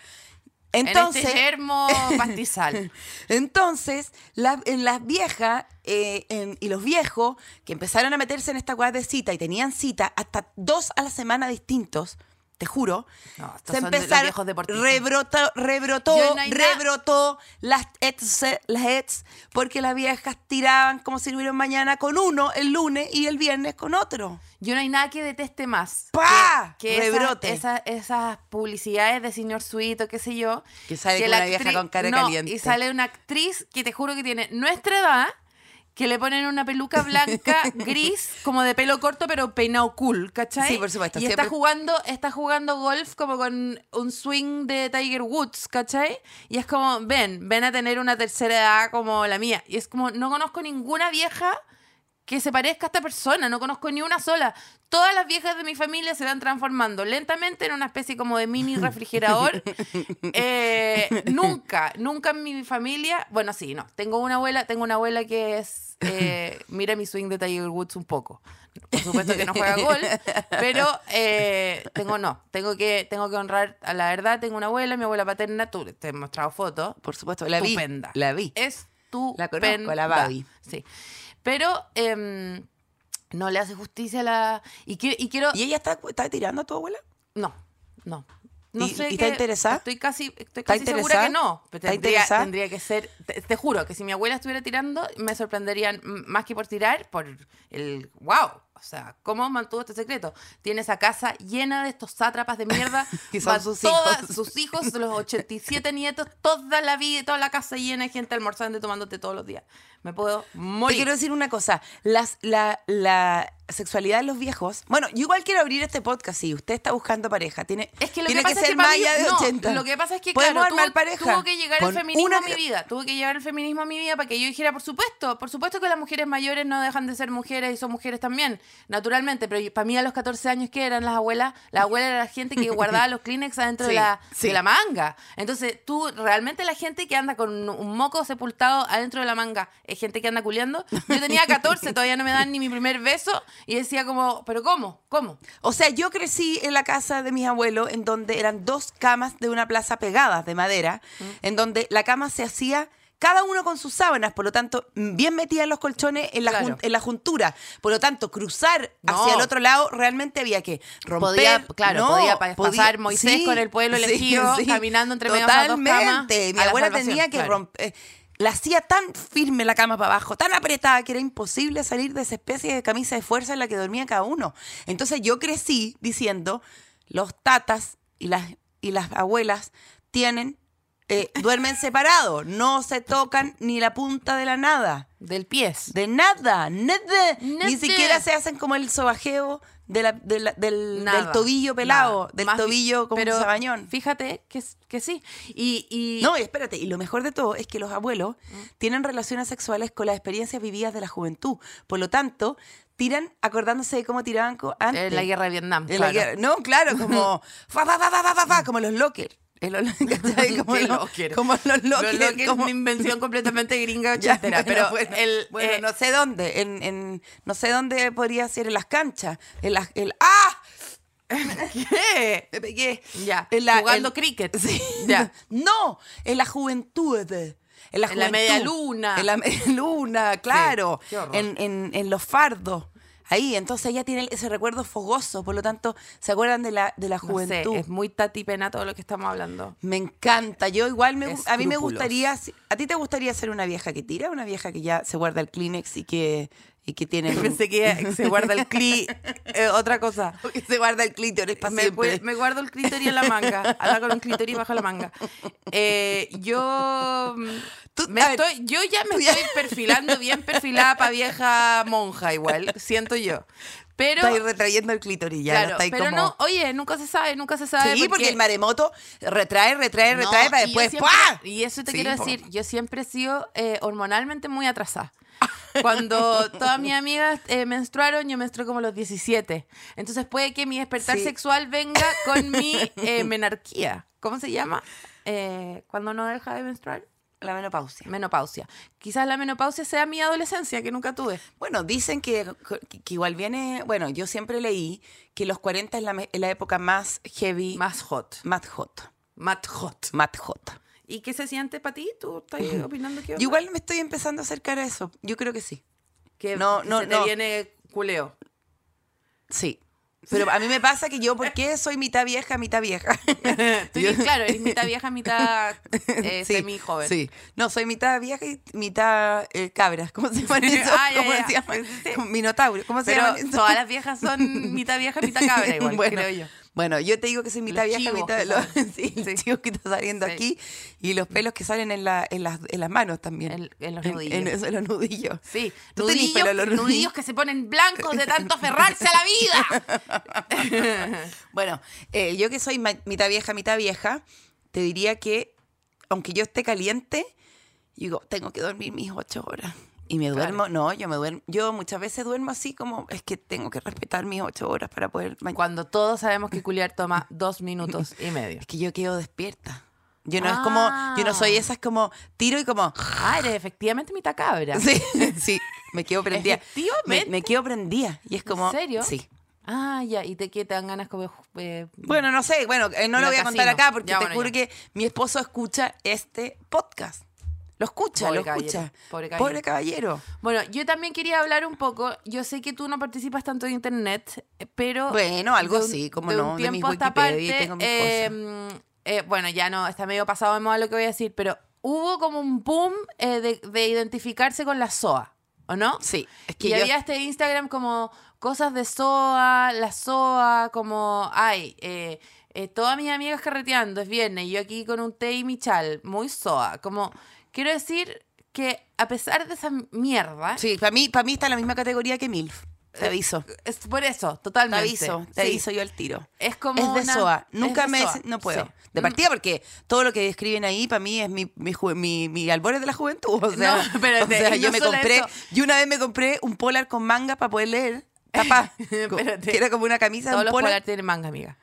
Speaker 2: Entonces,
Speaker 3: en este yermo
Speaker 2: (laughs)
Speaker 3: pastizal.
Speaker 2: entonces, la- en las viejas eh, en- y los viejos que empezaron a meterse en esta weá de cita y tenían cita hasta dos a la semana distintos, te juro,
Speaker 3: No, estos son de los viejos deportistas.
Speaker 2: rebrota- rebrotó,
Speaker 3: Y hoy no hay nada.
Speaker 2: rebrotó las ex, las ex, porque las viejas tiraban como si lo hubieran mañana con uno el lunes y el viernes con otro.
Speaker 3: Yo no hay nada que deteste más.
Speaker 2: ¡Pah!
Speaker 3: Que, que esas-
Speaker 2: Rebrote.
Speaker 3: esas- esas publicidades de señor suito, qué sé yo.
Speaker 2: Que sale con
Speaker 3: la
Speaker 2: una vieja
Speaker 3: actriz-
Speaker 2: con cara
Speaker 3: no,
Speaker 2: caliente.
Speaker 3: Y sale una actriz que te juro que tiene nuestra edad, que le ponen una peluca
Speaker 2: (laughs)
Speaker 3: blanca, gris, como de pelo corto, pero peinado cool, ¿cachai?
Speaker 2: Sí, por supuesto,
Speaker 3: Y
Speaker 2: siempre-
Speaker 3: está jugando, está jugando golf como con un swing de Tiger Woods, ¿cachai? Y es como, ven, ven a tener una tercera edad como la mía. Y es como, no conozco ninguna vieja que se parezca a esta persona, no conozco ni una sola. Todas las viejas de mi familia se van transformando lentamente en una especie como de
Speaker 2: (laughs)
Speaker 3: mini refrigerador. Eh, nunca, nunca en mi familia, bueno, sí, no, tengo una abuela, tengo una abuela que es,
Speaker 2: (laughs)
Speaker 3: eh, mira mi swing de Tiger Woods un poco. Por supuesto que no juega
Speaker 2: (laughs)
Speaker 3: gol, pero eh, tengo no, tengo que, tengo que honrar a la verdad, tengo una abuela, mi abuela paterna, tú te he mostrado fotos,
Speaker 2: Por supuesto, la vi.
Speaker 3: Estupenda.
Speaker 2: La vi.
Speaker 3: es tu
Speaker 2: La conozco, la Babi.
Speaker 3: Sí. Pero em, no le hace justicia a la. Y, qui- y quiero.
Speaker 2: ¿Y ella está, está tirando a tu abuela?
Speaker 3: No, no. No
Speaker 2: ¿Y-
Speaker 3: sé
Speaker 2: y está
Speaker 3: qué-
Speaker 2: interesada?
Speaker 3: Estoy casi, estoy
Speaker 2: ¿Está
Speaker 3: casi segura
Speaker 2: interesada?
Speaker 3: que no. Pero
Speaker 2: ¿Está
Speaker 3: Tendría,
Speaker 2: interesada?
Speaker 3: tendría que ser. Te, te juro que si mi abuela estuviera tirando, me sorprenderían m- más que por tirar, por el. ¡Wow! O sea, ¿cómo mantuvo este secreto? Tiene esa casa llena de estos sátrapas de mierda.
Speaker 2: (laughs) Que son
Speaker 3: va
Speaker 2: sus
Speaker 3: todas-
Speaker 2: hijos.
Speaker 3: Sus hijos, los 87 nietos, toda la vida, toda la casa llena de gente almorzando y tomándote todos los días. Me puedo
Speaker 2: Te quiero
Speaker 3: morir.
Speaker 2: decir una cosa. Las, la, la sexualidad de los viejos. Bueno, yo igual quiero abrir este podcast. Si usted está buscando pareja, tiene,
Speaker 3: Es que lo
Speaker 2: tiene
Speaker 3: que pasa
Speaker 2: ser
Speaker 3: es que para mí-
Speaker 2: maya de
Speaker 3: no,
Speaker 2: 80.
Speaker 3: Lo que pasa es que
Speaker 2: Podemos
Speaker 3: claro,
Speaker 2: armar
Speaker 3: tuvo,
Speaker 2: pareja.
Speaker 3: tuvo que llegar el
Speaker 2: Con
Speaker 3: feminismo
Speaker 2: una-
Speaker 3: a mi vida, tuvo que llegar el feminismo a mi vida para que yo dijera, por supuesto, por supuesto que las mujeres mayores no dejan de ser mujeres y son mujeres también, naturalmente, pero yo- para mí a los 14 años que eran las abuelas, la abuela era la gente
Speaker 2: (laughs)
Speaker 3: que guardaba los Kleenex adentro
Speaker 2: Sí,
Speaker 3: de, la,
Speaker 2: sí.
Speaker 3: de la manga. Entonces, tú realmente la gente que anda con un moco sepultado adentro de la manga, es gente que anda culeando. Yo
Speaker 2: (laughs)
Speaker 3: tenía 14, todavía no me dan ni mi primer beso y decía como, pero ¿cómo? ¿Cómo?
Speaker 2: O sea, yo crecí en la casa de mis abuelos en donde eran dos camas de una plaza pegadas de madera,
Speaker 3: Mm.
Speaker 2: en donde la cama se hacía cada uno con sus sábanas, por lo tanto, mm, bien metida en los colchones en la,
Speaker 3: Claro.
Speaker 2: jun- en la juntura. Por lo tanto, cruzar
Speaker 3: No.
Speaker 2: hacia el otro lado realmente había que romper.
Speaker 3: Podía, claro,
Speaker 2: no,
Speaker 3: podía pa- pasar Moisés
Speaker 2: sí,
Speaker 3: con el pueblo
Speaker 2: sí,
Speaker 3: elegido,
Speaker 2: (laughs) sí.
Speaker 3: caminando entre medio de esas dos
Speaker 2: Totalmente.
Speaker 3: camas
Speaker 2: Mi
Speaker 3: a la
Speaker 2: abuela
Speaker 3: salvación,
Speaker 2: tenía que
Speaker 3: claro.
Speaker 2: romper. La hacía tan firme la cama para abajo, tan apretada que era imposible salir de esa especie de camisa de fuerza en la que dormía cada uno. Entonces yo crecí diciendo, los tatas y las, y las abuelas tienen, eh, duermen separados, no se tocan ni la punta de la nada,
Speaker 3: Del pies.
Speaker 2: de nada, nada. Ni
Speaker 3: Nada.
Speaker 2: siquiera se hacen como el sobajeo de la- de la- del,
Speaker 3: Nada,
Speaker 2: del tobillo pelado,
Speaker 3: nada.
Speaker 2: del
Speaker 3: Más-
Speaker 2: tobillo como
Speaker 3: pero
Speaker 2: un sabañón.
Speaker 3: Fíjate que, s- que sí. Y, y
Speaker 2: No, y espérate, y lo mejor de todo es que los abuelos
Speaker 3: Mm.
Speaker 2: tienen relaciones sexuales con las experiencias vividas de la juventud. Por lo tanto, tiran acordándose de cómo tiraban co- antes.
Speaker 3: eh, la guerra de Vietnam.
Speaker 2: En la
Speaker 3: claro.
Speaker 2: guerra- No, claro,
Speaker 3: (laughs)
Speaker 2: como fa, fa, fa, fa, fa, fa, fa, como los lockers. El ol- (laughs)
Speaker 3: (laughs)
Speaker 2: ¿cachai? como,
Speaker 3: Qué
Speaker 2: los-
Speaker 3: locker.
Speaker 2: como los
Speaker 3: Los
Speaker 2: lockers.
Speaker 3: lockers
Speaker 2: como-
Speaker 3: es una invención completamente gringa
Speaker 2: (laughs) Ya,
Speaker 3: ochentera,
Speaker 2: bueno,
Speaker 3: pero
Speaker 2: bueno,
Speaker 3: el,
Speaker 2: bueno,
Speaker 3: eh,
Speaker 2: no sé dónde, en, en- no sé dónde podría ser en las canchas, en las, el, ¡ah!
Speaker 3: (laughs) ¿qué?
Speaker 2: Me pegué.
Speaker 3: Ya,
Speaker 2: En la-
Speaker 3: jugando
Speaker 2: en-
Speaker 3: cricket.
Speaker 2: (laughs) Sí.
Speaker 3: Ya.
Speaker 2: No, en la juventud. En la,
Speaker 3: En la
Speaker 2: juventud.
Speaker 3: media luna.
Speaker 2: En la media (laughs) luna, claro.
Speaker 3: qué horror.
Speaker 2: en, en- en los fardos. Ahí, entonces ella tiene ese recuerdo fogoso, por lo tanto, se acuerdan de la, de la
Speaker 3: No sé,
Speaker 2: juventud.
Speaker 3: es muy tati pena todo lo que estamos hablando.
Speaker 2: Me encanta. Yo igual me, gu- a mí me
Speaker 3: Escrúpulos.
Speaker 2: gustaría, si- a ti te gustaría ser una vieja que tira, una vieja que ya se guarda el Kleenex y que y
Speaker 3: (laughs)
Speaker 2: que tienen...
Speaker 3: Pensé que se guarda el cli, eh, otra cosa.
Speaker 2: (laughs) que se guarda el clítoris para
Speaker 3: Me,
Speaker 2: siempre.
Speaker 3: gu- me guardo el clítoris en la manga. Anda con un clítoris bajo la manga. Eh, yo, mm,
Speaker 2: Tú-
Speaker 3: me
Speaker 2: a ver,
Speaker 3: estoy, yo ya me estoy perfilando bien perfilada para vieja monja igual, siento yo. Pero,
Speaker 2: estáis retrayendo el clítoris ya.
Speaker 3: claro,
Speaker 2: lo estáis
Speaker 3: pero
Speaker 2: como...
Speaker 3: no, oye, nunca se sabe, nunca se sabe.
Speaker 2: Sí, porque... el maremoto retrae, retrae,
Speaker 3: No,
Speaker 2: retrae
Speaker 3: y
Speaker 2: para
Speaker 3: yo
Speaker 2: después
Speaker 3: siempre-
Speaker 2: ¡pua!
Speaker 3: Y eso te
Speaker 2: Sí,
Speaker 3: quiero
Speaker 2: po.
Speaker 3: decir, yo siempre he sido eh, hormonalmente muy
Speaker 2: (laughs)
Speaker 3: atrasada. Cuando todas mis amigas eh, menstruaron, yo menstrué como a los 17. Entonces puede que mi despertar
Speaker 2: Sí.
Speaker 3: sexual venga con
Speaker 2: (laughs)
Speaker 3: mi eh, menarquía. ¿Cómo se llama? Eh, cuando no deja de menstruar.
Speaker 2: La menopausia.
Speaker 3: Menopausia. Quizás la menopausia sea mi adolescencia, que nunca tuve.
Speaker 2: Bueno, dicen que, que igual viene, bueno, yo siempre leí que los 40 es la, me- es la época más heavy, más,
Speaker 3: Más hot.
Speaker 2: hot,
Speaker 3: Más hot.
Speaker 2: más hot.
Speaker 3: ¿Y qué se siente para ti? ¿Tú
Speaker 2: (laughs)
Speaker 3: estás opinando que
Speaker 2: Yo igual me estoy empezando a acercar a eso, yo creo que sí.
Speaker 3: que,
Speaker 2: no,
Speaker 3: que
Speaker 2: no,
Speaker 3: se te
Speaker 2: no.
Speaker 3: viene
Speaker 2: (laughs)
Speaker 3: culeo?
Speaker 2: Sí. Pero a mí me pasa que yo, ¿por qué soy mitad vieja,
Speaker 3: (laughs)
Speaker 2: mitad vieja?
Speaker 3: Tú eres, claro, eres mitad vieja,
Speaker 2: (laughs)
Speaker 3: mitad eh,
Speaker 2: Sí,
Speaker 3: semi-joven.
Speaker 2: Sí. No, soy mitad vieja y mitad eh, cabra. ¿Cómo
Speaker 3: (laughs)
Speaker 2: se llama eso?
Speaker 3: Ah, ya,
Speaker 2: ¿Cómo
Speaker 3: ya.
Speaker 2: se llaman? Minotauro. ¿Cómo se
Speaker 3: Pero
Speaker 2: llaman eso?
Speaker 3: todas las viejas son (laughs) mitad vieja, mitad
Speaker 2: (laughs)
Speaker 3: cabra igual,
Speaker 2: Bueno,
Speaker 3: creo yo.
Speaker 2: Bueno, yo te digo que soy mitad
Speaker 3: Los
Speaker 2: vieja,
Speaker 3: chivos
Speaker 2: mitad
Speaker 3: que
Speaker 2: los,
Speaker 3: salen.
Speaker 2: (laughs) sí, los chivos que está saliendo
Speaker 3: Sí.
Speaker 2: aquí y los pelos que salen en, la, en, las, en las manos también.
Speaker 3: En- en los
Speaker 2: En,
Speaker 3: nudillos.
Speaker 2: eso, en los nudillos.
Speaker 3: Sí,
Speaker 2: ¿Tú tenés
Speaker 3: nudillos,
Speaker 2: pelo en los
Speaker 3: nudillos
Speaker 2: nudillos?
Speaker 3: que se ponen blancos de tanto aferrarse a la vida.
Speaker 2: Bueno, eh, yo que soy ma- mitad vieja, mitad vieja, te diría que aunque yo esté caliente, digo, tengo que dormir mis ocho horas. Y me duermo, no, yo me duermo, yo muchas veces duermo así como, es que tengo que respetar mis ocho horas para poder
Speaker 3: (laughs)
Speaker 2: mañana.
Speaker 3: Cuando todos sabemos que culiar toma dos minutos y medio.
Speaker 2: Es que yo quedo despierta. Yo no es como, yo no soy
Speaker 3: Ah.
Speaker 2: esas como tiro y como
Speaker 3: Ah, eres efectivamente mitad cabra.
Speaker 2: (laughs) Sí, sí,
Speaker 3: (laughs)
Speaker 2: me quedo prendida.
Speaker 3: Efectivamente.
Speaker 2: Me, me quedo prendida. Y es como.
Speaker 3: serio?
Speaker 2: Sí.
Speaker 3: Ah, ya, y te, que te dan ganas como... eh,
Speaker 2: Bueno, no sé, bueno, eh, no
Speaker 3: En
Speaker 2: lo
Speaker 3: el
Speaker 2: voy a contar
Speaker 3: casino.
Speaker 2: acá porque
Speaker 3: Ya,
Speaker 2: te
Speaker 3: bueno,
Speaker 2: juro
Speaker 3: ya.
Speaker 2: que mi esposo escucha este podcast. Lo escucha,
Speaker 3: Pobre
Speaker 2: lo escucha.
Speaker 3: caballero, pobre caballero.
Speaker 2: caballero.
Speaker 3: Bueno, yo también quería hablar un poco. Yo sé que tú no participas tanto de internet, eh, pero.
Speaker 2: Bueno, algo
Speaker 3: de un-
Speaker 2: sí, cómo
Speaker 3: de
Speaker 2: no,
Speaker 3: Un
Speaker 2: de mis
Speaker 3: tiempo a esta
Speaker 2: Wikipedia y
Speaker 3: parte,
Speaker 2: tengo mis
Speaker 3: eh, eh, bueno, ya no, está medio pasado de moda lo que voy a decir, pero hubo como un boom eh, de, de identificarse con la SOA, ¿o no?
Speaker 2: Sí, es que
Speaker 3: Y
Speaker 2: yo.
Speaker 3: había este Instagram como cosas de SOA, la SOA, como, ay, eh, eh, todas mis amigas carreteando, es viernes, y yo aquí con un té y mi chal, muy SOA. Como, quiero decir que a pesar de esa mierda,
Speaker 2: Sí, para mí, para mí está en la misma categoría que MILF. Te aviso.
Speaker 3: es por eso,
Speaker 2: Te
Speaker 3: totalmente.
Speaker 2: aviso, te
Speaker 3: eh, Sí.
Speaker 2: aviso yo al tiro.
Speaker 3: Es como
Speaker 2: Es de
Speaker 3: una-
Speaker 2: SOA.
Speaker 3: es
Speaker 2: Nunca
Speaker 3: de
Speaker 2: me.
Speaker 3: SOA,
Speaker 2: des- No puedo.
Speaker 3: sí.
Speaker 2: De partida, porque todo lo que describen ahí para mí es mi, mi, ju- mi, mi albores de la juventud. O sea,
Speaker 3: No, (laughs) pero
Speaker 2: o
Speaker 3: de-
Speaker 2: sea,
Speaker 3: y
Speaker 2: yo
Speaker 3: no
Speaker 2: me
Speaker 3: solo
Speaker 2: compré.
Speaker 3: eso.
Speaker 2: Yo una vez me compré un polar con manga para poder leer. Tapa.
Speaker 3: (laughs) Espérate.
Speaker 2: que era como una camisa de
Speaker 3: Todos
Speaker 2: un
Speaker 3: los
Speaker 2: polar.
Speaker 3: polar tienen manga, amiga.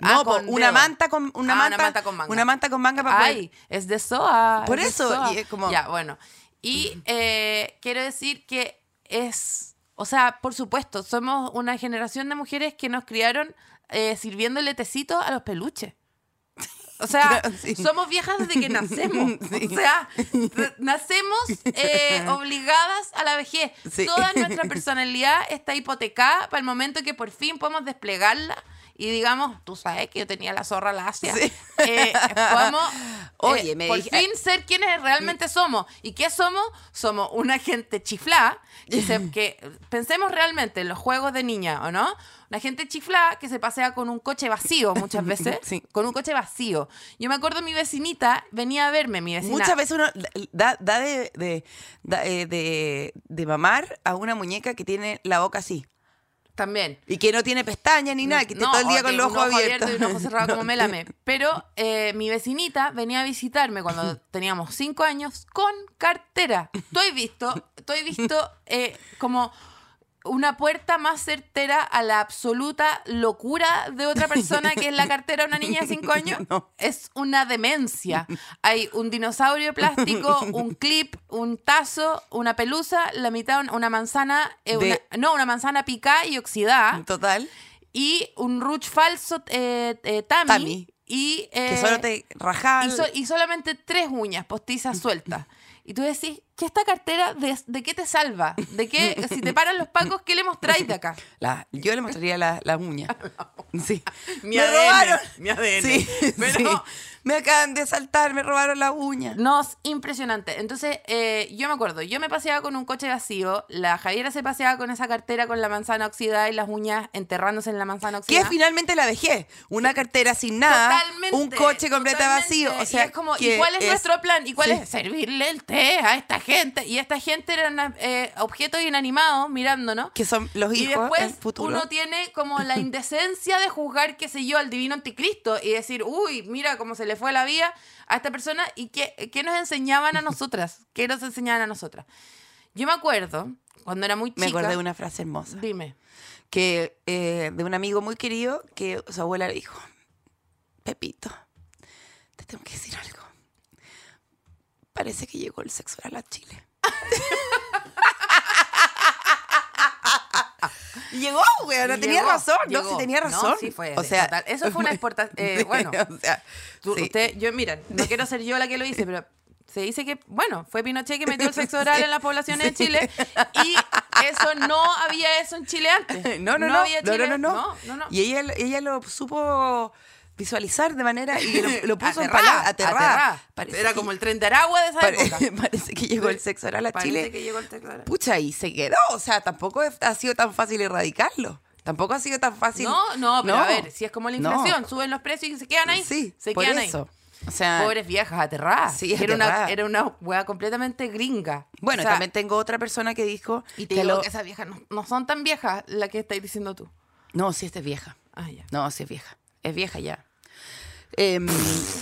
Speaker 2: No,
Speaker 3: Ah,
Speaker 2: po,
Speaker 3: con
Speaker 2: una
Speaker 3: dedo.
Speaker 2: manta con una,
Speaker 3: Ah,
Speaker 2: manta,
Speaker 3: una manta con manga.
Speaker 2: Una manta con manga para
Speaker 3: Ay, es de SOA.
Speaker 2: Por
Speaker 3: es de
Speaker 2: eso,
Speaker 3: SOA.
Speaker 2: y es como-
Speaker 3: Ya, bueno. Y eh, quiero decir que es. O sea, por supuesto, somos una generación de mujeres que nos criaron eh, sirviéndole tecito a los peluches. O sea,
Speaker 2: (laughs) Claro, sí.
Speaker 3: somos viejas desde que nacemos.
Speaker 2: (laughs)
Speaker 3: O sea, re- nacemos eh, obligadas a la vejez.
Speaker 2: Sí.
Speaker 3: Toda
Speaker 2: (laughs)
Speaker 3: nuestra personalidad está hipotecada para el momento que por fin podamos desplegarla y digamos, tú sabes que yo tenía la zorra lacia. Eh, podamos, eh,
Speaker 2: (laughs) Oye, me
Speaker 3: por
Speaker 2: dije- mm.
Speaker 3: fin ser quienes realmente somos. ¿Y qué somos? Somos una gente chiflá, que,
Speaker 2: (laughs)
Speaker 3: se- que pensemos realmente en los juegos de niña, ¿o no? Una gente chiflá que se pasea con un coche vacío muchas veces.
Speaker 2: (laughs) Sí.
Speaker 3: Con un coche vacío. Yo me acuerdo mi vecinita venía a verme, mi
Speaker 2: poder.
Speaker 3: vecina.
Speaker 2: Muchas veces uno da, da de, de, da, eh, de- de mamar a una muñeca que tiene la boca así.
Speaker 3: También.
Speaker 2: Y que no tiene pestañas ni nada, que está
Speaker 3: No,
Speaker 2: todo el día
Speaker 3: o
Speaker 2: con
Speaker 3: que
Speaker 2: los
Speaker 3: un
Speaker 2: ojos
Speaker 3: ojo
Speaker 2: abiertos.
Speaker 3: y un ojo cerrado
Speaker 2: (laughs) No,
Speaker 3: como melame. Pero eh, mi vecinita venía a visitarme
Speaker 2: (laughs)
Speaker 3: cuando teníamos cinco años con cartera. Tú has visto, tú has visto eh, como una puerta más certera a la absoluta locura de otra persona que es la cartera de una niña de
Speaker 2: (laughs)
Speaker 3: cinco años. Es una demencia. Hay un dinosaurio
Speaker 2: (laughs)
Speaker 3: plástico, un clip, un tazo, una pelusa, la mitad un- una manzana, eh,
Speaker 2: De-
Speaker 3: una- no, una manzana picada y oxidada
Speaker 2: Total.
Speaker 3: y un ruch falso eh, eh, Tami,
Speaker 2: Tami.
Speaker 3: y
Speaker 2: Que
Speaker 3: eh,
Speaker 2: solo te rajaban.
Speaker 3: y, so- y solamente tres uñas
Speaker 2: (laughs)
Speaker 3: postizas sueltas. Y tú decís, ¿qué esta cartera de, de qué te salva? ¿De
Speaker 2: (laughs)
Speaker 3: qué? Si te paran los pacos, ¿qué le mostráis de acá?
Speaker 2: La-
Speaker 3: (laughs)
Speaker 2: yo le mostraría la, la uña. Sí.
Speaker 3: Mi
Speaker 2: ¡Me
Speaker 3: ADN,
Speaker 2: robaron!
Speaker 3: mi ADN.
Speaker 2: Sí,
Speaker 3: (laughs) Pero,
Speaker 2: sí. Me acaban de saltar, me robaron la uña.
Speaker 3: No, es impresionante. Entonces, eh, yo me acuerdo, yo me paseaba con un coche vacío, la Javiera se paseaba con esa cartera con la manzana oxidada y las uñas enterrándose en la manzana
Speaker 2: Que
Speaker 3: oxidada.
Speaker 2: es finalmente la vejez. Una cartera sin nada,
Speaker 3: Totalmente,
Speaker 2: un coche completo
Speaker 3: totalmente.
Speaker 2: vacío. O sea,
Speaker 3: y es como,
Speaker 2: que
Speaker 3: ¿y cuál es,
Speaker 2: es-
Speaker 3: nuestro plan? ¿Y cuál
Speaker 2: sí.
Speaker 3: es servirle el té a esta gente? Y esta gente eran eh, objetos inanimados mirándonos.
Speaker 2: Que son los
Speaker 3: Y
Speaker 2: hijos, el
Speaker 3: después
Speaker 2: futuro.
Speaker 3: uno tiene como
Speaker 2: (laughs)
Speaker 3: la indecencia de juzgar, qué sé yo, al divino anticristo y decir, uy, mira cómo se le fue la vida a esta persona y qué, qué nos enseñaban
Speaker 2: (laughs)
Speaker 3: a nosotras, qué nos enseñaban a nosotras. Yo me acuerdo, cuando era muy chica...
Speaker 2: Me acordé de una frase hermosa.
Speaker 3: Dime.
Speaker 2: que eh, de un amigo muy querido que su abuela le dijo, Pepito, te tengo que decir algo. Parece que llegó el sexo oral a
Speaker 3: (laughs)
Speaker 2: Chile. Y llegó, güey, no tenía
Speaker 3: Llegó,
Speaker 2: razón, no,
Speaker 3: llegó.
Speaker 2: sí tenía
Speaker 3: No,
Speaker 2: razón.
Speaker 3: sí fue
Speaker 2: o sea,
Speaker 3: fatal.
Speaker 2: (laughs)
Speaker 3: Eso fue una exportación, bueno,
Speaker 2: o sea,
Speaker 3: Tú-
Speaker 2: sí.
Speaker 3: Usted, yo, miren, no quiero ser yo la que lo hice, pero se dice que, bueno, fue Pinochet que metió el sexo oral en las poblaciones de Chile y eso no había eso en Chile antes.
Speaker 2: (laughs) (laughs) No, no, no,
Speaker 3: había
Speaker 2: no, no,
Speaker 3: Chile-
Speaker 2: no, no.
Speaker 3: no, no.
Speaker 2: Y ella, ella lo supo visualizar de manera y lo,
Speaker 3: (laughs)
Speaker 2: lo puso en
Speaker 3: Aterrá,
Speaker 2: palabras, aterrada.
Speaker 3: aterrá.
Speaker 2: Parece
Speaker 3: Era
Speaker 2: que-
Speaker 3: como el tren de Aragua de esa
Speaker 2: Pare- (laughs)
Speaker 3: época.
Speaker 2: parece que llegó el sexo oral a
Speaker 3: Parece
Speaker 2: Chile.
Speaker 3: que llegó el tren de Aragua.
Speaker 2: Pucha, y se quedó. O sea, tampoco es- ha sido tan fácil erradicarlo. Tampoco ha sido tan fácil.
Speaker 3: No, no, pero a ver, si es como la inflación, suben los precios y se quedan ahí.
Speaker 2: Sí,
Speaker 3: se
Speaker 2: por
Speaker 3: quedan
Speaker 2: eso.
Speaker 3: ahí.
Speaker 2: O sea,
Speaker 3: Pobres viejas, aterradas.
Speaker 2: Sí,
Speaker 3: era,
Speaker 2: aterradas.
Speaker 3: Una, era una hueá completamente gringa. O
Speaker 2: bueno,
Speaker 3: sea,
Speaker 2: también tengo otra persona que dijo
Speaker 3: Y te
Speaker 2: que
Speaker 3: digo
Speaker 2: lo-
Speaker 3: que esas viejas no, no son tan viejas las que estáis diciendo tú.
Speaker 2: No, sí, esta es vieja.
Speaker 3: Ah, ya.
Speaker 2: No, sí es vieja. Es vieja ya. Em,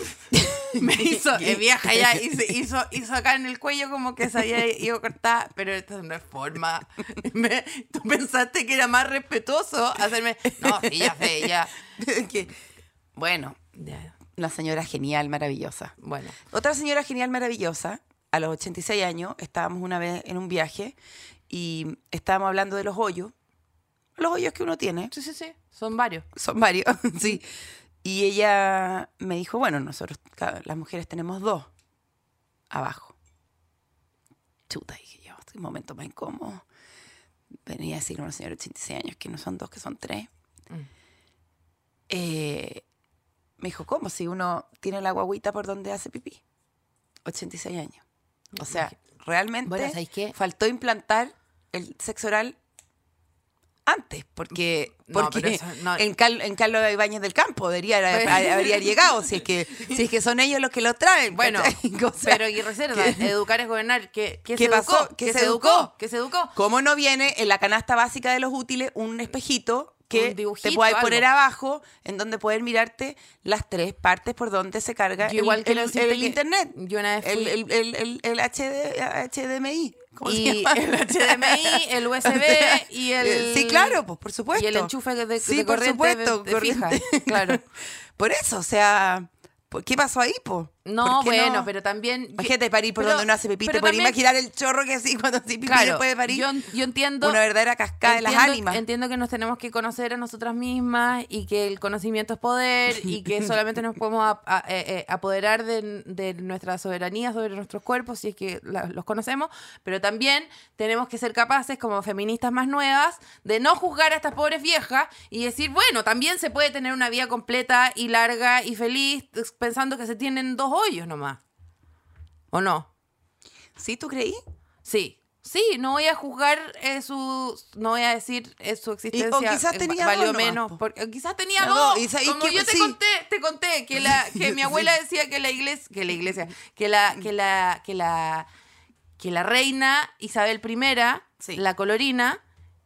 Speaker 3: (laughs) Me hizo,
Speaker 2: (laughs)
Speaker 3: es vieja ya, hizo, hizo, hizo acá en el cuello como que se había ido cortada, pero esta no es forma. (laughs) Me- tú pensaste que era más respetuoso hacerme, no, sí, ya sé,
Speaker 2: (laughs)
Speaker 3: ya.
Speaker 2: que- bueno,
Speaker 3: Ya,
Speaker 2: una señora genial, maravillosa.
Speaker 3: Bueno,
Speaker 2: Otra señora genial, maravillosa, a los 86 años, estábamos una vez en un viaje y estábamos hablando de los hoyos. Los hoyos que uno tiene,
Speaker 3: sí, sí, sí, son varios.
Speaker 2: son varios, (laughs) sí. Y ella me dijo, bueno, nosotros, ca- las mujeres tenemos dos abajo. Chuta, dije yo, estoy un momento más incómodo. Venía a decirle a una señora de 86 años que no son dos, que son tres. Eh, me dijo, ¿cómo? Si uno tiene la guagüita por donde hace pipí. 86 años. O sea, realmente
Speaker 3: Bueno, ¿sabéis qué?
Speaker 2: faltó implantar el sexo oral antes, porque,
Speaker 3: No,
Speaker 2: porque
Speaker 3: pero eso no- Pues.
Speaker 2: en, Cal- en Carlos Ibáñez del Campo debería,
Speaker 3: Pero-
Speaker 2: ha- habría llegado, si es, que,
Speaker 3: (laughs)
Speaker 2: si es que son ellos los que lo traen.
Speaker 3: Bueno,
Speaker 2: ¿cachai? (laughs) O sea,
Speaker 3: pero Aguirre Cerda,
Speaker 2: (laughs)
Speaker 3: educar es gobernar, ¿qué, qué,
Speaker 2: ¿Qué
Speaker 3: se
Speaker 2: pasó?
Speaker 3: educó?
Speaker 2: ¿Qué
Speaker 3: ¿Qué
Speaker 2: se
Speaker 3: se educó?
Speaker 2: educó?
Speaker 3: ¿Qué se educó?
Speaker 2: ¿Cómo no viene en la canasta básica de los útiles un espejito que
Speaker 3: Un dibujito,
Speaker 2: te puedes
Speaker 3: algo.
Speaker 2: poner abajo en donde puedes mirarte las tres partes por donde se carga
Speaker 3: Yo
Speaker 2: el,
Speaker 3: igual quiero
Speaker 2: el-
Speaker 3: decirte
Speaker 2: el
Speaker 3: que
Speaker 2: internet?
Speaker 3: yo una vez
Speaker 2: el,
Speaker 3: fui-
Speaker 2: el, el, el- el HD, HDMI. ¿cómo se
Speaker 3: Y
Speaker 2: llama?
Speaker 3: el
Speaker 2: (laughs)
Speaker 3: HDMI, el USB
Speaker 2: O sea,
Speaker 3: y el...
Speaker 2: eh, Sí, claro, pues por supuesto.
Speaker 3: Y el enchufe de, de
Speaker 2: Sí, por
Speaker 3: corriente,
Speaker 2: supuesto,
Speaker 3: de- de fija,
Speaker 2: corriente. (laughs)
Speaker 3: claro.
Speaker 2: Por eso, o sea, ¿por ¿qué pasó ahí, po?
Speaker 3: No,
Speaker 2: ¿Por qué
Speaker 3: bueno,
Speaker 2: no?
Speaker 3: pero también...
Speaker 2: Imagínate parir por
Speaker 3: pero-
Speaker 2: donde uno hace pipí, te
Speaker 3: pero
Speaker 2: podés
Speaker 3: también-
Speaker 2: imaginar el chorro que así (laughs) cuando así pipí
Speaker 3: Claro,
Speaker 2: después de parir.
Speaker 3: Yo, yo entiendo...
Speaker 2: una verdadera cascada de las
Speaker 3: entiendo-
Speaker 2: ánimas.
Speaker 3: Entiendo que nos tenemos que conocer a nosotras mismas y que el conocimiento es poder y
Speaker 2: (laughs)
Speaker 3: que solamente nos podemos ap- a- eh, eh, apoderar de, de nuestra soberanía sobre nuestros cuerpos si es que la- los conocemos, pero también tenemos que ser capaces como feministas más nuevas de no juzgar a estas pobres viejas y decir, bueno, también se puede tener una vida completa y larga y feliz pensando que se tienen dos hoyos nomás. ¿O no?
Speaker 2: ¿Sí tú creí?
Speaker 3: Ah, Sí. Sí, no voy a juzgar eh, su. No voy a decir eh, su existencia.
Speaker 2: quizás
Speaker 3: eh,
Speaker 2: tenía
Speaker 3: valió
Speaker 2: dos nomás,
Speaker 3: menos.
Speaker 2: po.
Speaker 3: Porque, o quizás tenía
Speaker 2: No,
Speaker 3: dos.
Speaker 2: y sabéis
Speaker 3: como
Speaker 2: que-
Speaker 3: yo te
Speaker 2: sí.
Speaker 3: conté, te conté que, la,
Speaker 2: (laughs)
Speaker 3: que mi abuela decía que la iglesia. Que la iglesia. Que la. Que la. Que la. Que la reina Isabel I,
Speaker 2: Sí.
Speaker 3: la colorina,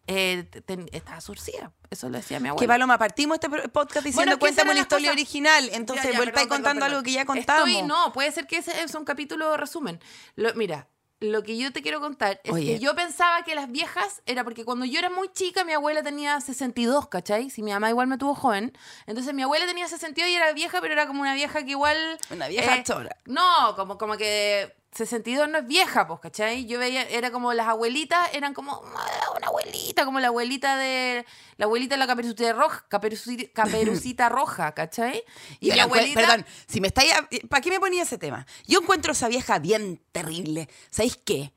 Speaker 3: eh, ten- estaba surcida. Eso lo decía mi abuela.
Speaker 2: Que Paloma, partimos este pro-
Speaker 3: Bueno,
Speaker 2: podcast diciendo
Speaker 3: es que
Speaker 2: cuéntame
Speaker 3: esas eran
Speaker 2: una
Speaker 3: las
Speaker 2: historia
Speaker 3: cosas.
Speaker 2: original. Entonces,
Speaker 3: Ya, ya,
Speaker 2: vuelta y
Speaker 3: perdón,
Speaker 2: contando
Speaker 3: perdón,
Speaker 2: algo que ya
Speaker 3: perdón.
Speaker 2: contamos.
Speaker 3: Estoy, no, puede ser que ese es un capítulo resumen. Lo- mira, lo que yo te quiero contar es
Speaker 2: Oye.
Speaker 3: que yo pensaba que las viejas era porque cuando yo era muy chica, mi abuela tenía 62, ¿cachai? Si mi mamá igual me tuvo joven. Entonces mi abuela tenía 62 y era vieja, pero era como una vieja que igual.
Speaker 2: Una vieja
Speaker 3: Eh,
Speaker 2: chora.
Speaker 3: No, como, como que 62 no es vieja, pues, ¿cachai? Yo veía, era como las abuelitas, eran como "Ah, una abuelita, como la abuelita de. La abuelita de la caperucita roja, caperucita, caperucita
Speaker 2: (laughs)
Speaker 3: roja, ¿cachai?
Speaker 2: Y la abuelita... pues, Perdón, si me estáis... ¿Para qué me ponía ese tema? Yo encuentro a esa vieja bien terrible. ¿Sabéis qué?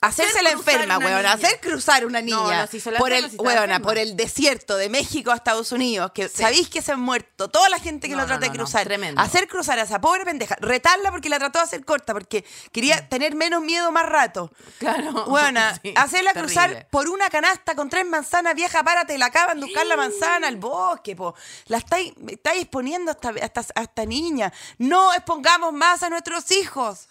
Speaker 2: Hacerse la
Speaker 3: cruzar
Speaker 2: enferma,
Speaker 3: una
Speaker 2: weona.
Speaker 3: niña.
Speaker 2: Hacer cruzar una niña.
Speaker 3: No, no, si se la
Speaker 2: por
Speaker 3: enferma,
Speaker 2: el,
Speaker 3: si está
Speaker 2: weona,
Speaker 3: enferma.
Speaker 2: por el desierto de México a Estados Unidos. Que sabéis que se han muerto toda la gente que
Speaker 3: No,
Speaker 2: lo
Speaker 3: no,
Speaker 2: trata
Speaker 3: no,
Speaker 2: de
Speaker 3: no.
Speaker 2: cruzar.
Speaker 3: Tremendo.
Speaker 2: Hacer cruzar a esa pobre pendeja. Retarla porque la trató de hacer corta, porque
Speaker 3: Mm.
Speaker 2: quería tener menos miedo más rato.
Speaker 3: (laughs) Claro.
Speaker 2: Weona,
Speaker 3: Oh, Sí,
Speaker 2: hacerla
Speaker 3: terrible.
Speaker 2: cruzar por una canasta con tres manzanas, vieja, párate, la acaban de buscar la manzana al bosque, po. La estáis, estáis exponiendo hasta, hasta, hasta niña. No expongamos más a nuestros
Speaker 3: (laughs)
Speaker 2: hijos.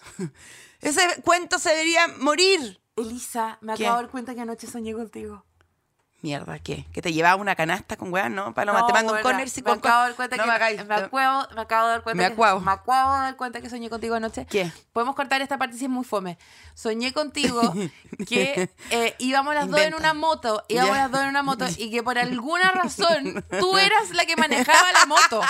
Speaker 2: Ese cuento se debería morir.
Speaker 3: Elisa, me
Speaker 2: ¿Qué?
Speaker 3: acabo de dar cuenta que anoche soñé contigo.
Speaker 2: Mierda, ¿qué? ¿Que te llevaba una canasta con weón, no? Paloma,
Speaker 3: No,
Speaker 2: te mando un
Speaker 3: buena.
Speaker 2: corner si
Speaker 3: me
Speaker 2: con
Speaker 3: acabo de dar cuenta
Speaker 2: no
Speaker 3: que
Speaker 2: me hagáis-
Speaker 3: me acuerdo- me acabo de dar cuenta
Speaker 2: Me
Speaker 3: que-
Speaker 2: acuerdo.
Speaker 3: me acabo de dar cuenta que soñé contigo anoche
Speaker 2: ¿Qué?
Speaker 3: podemos cortar esta parte si es muy fome soñé
Speaker 2: (laughs)
Speaker 3: contigo que eh, íbamos las dos en
Speaker 2: Inventa.
Speaker 3: una moto íbamos
Speaker 2: Ya.
Speaker 3: las dos en una moto y que por
Speaker 2: (laughs)
Speaker 3: alguna razón tú eras la que manejaba la moto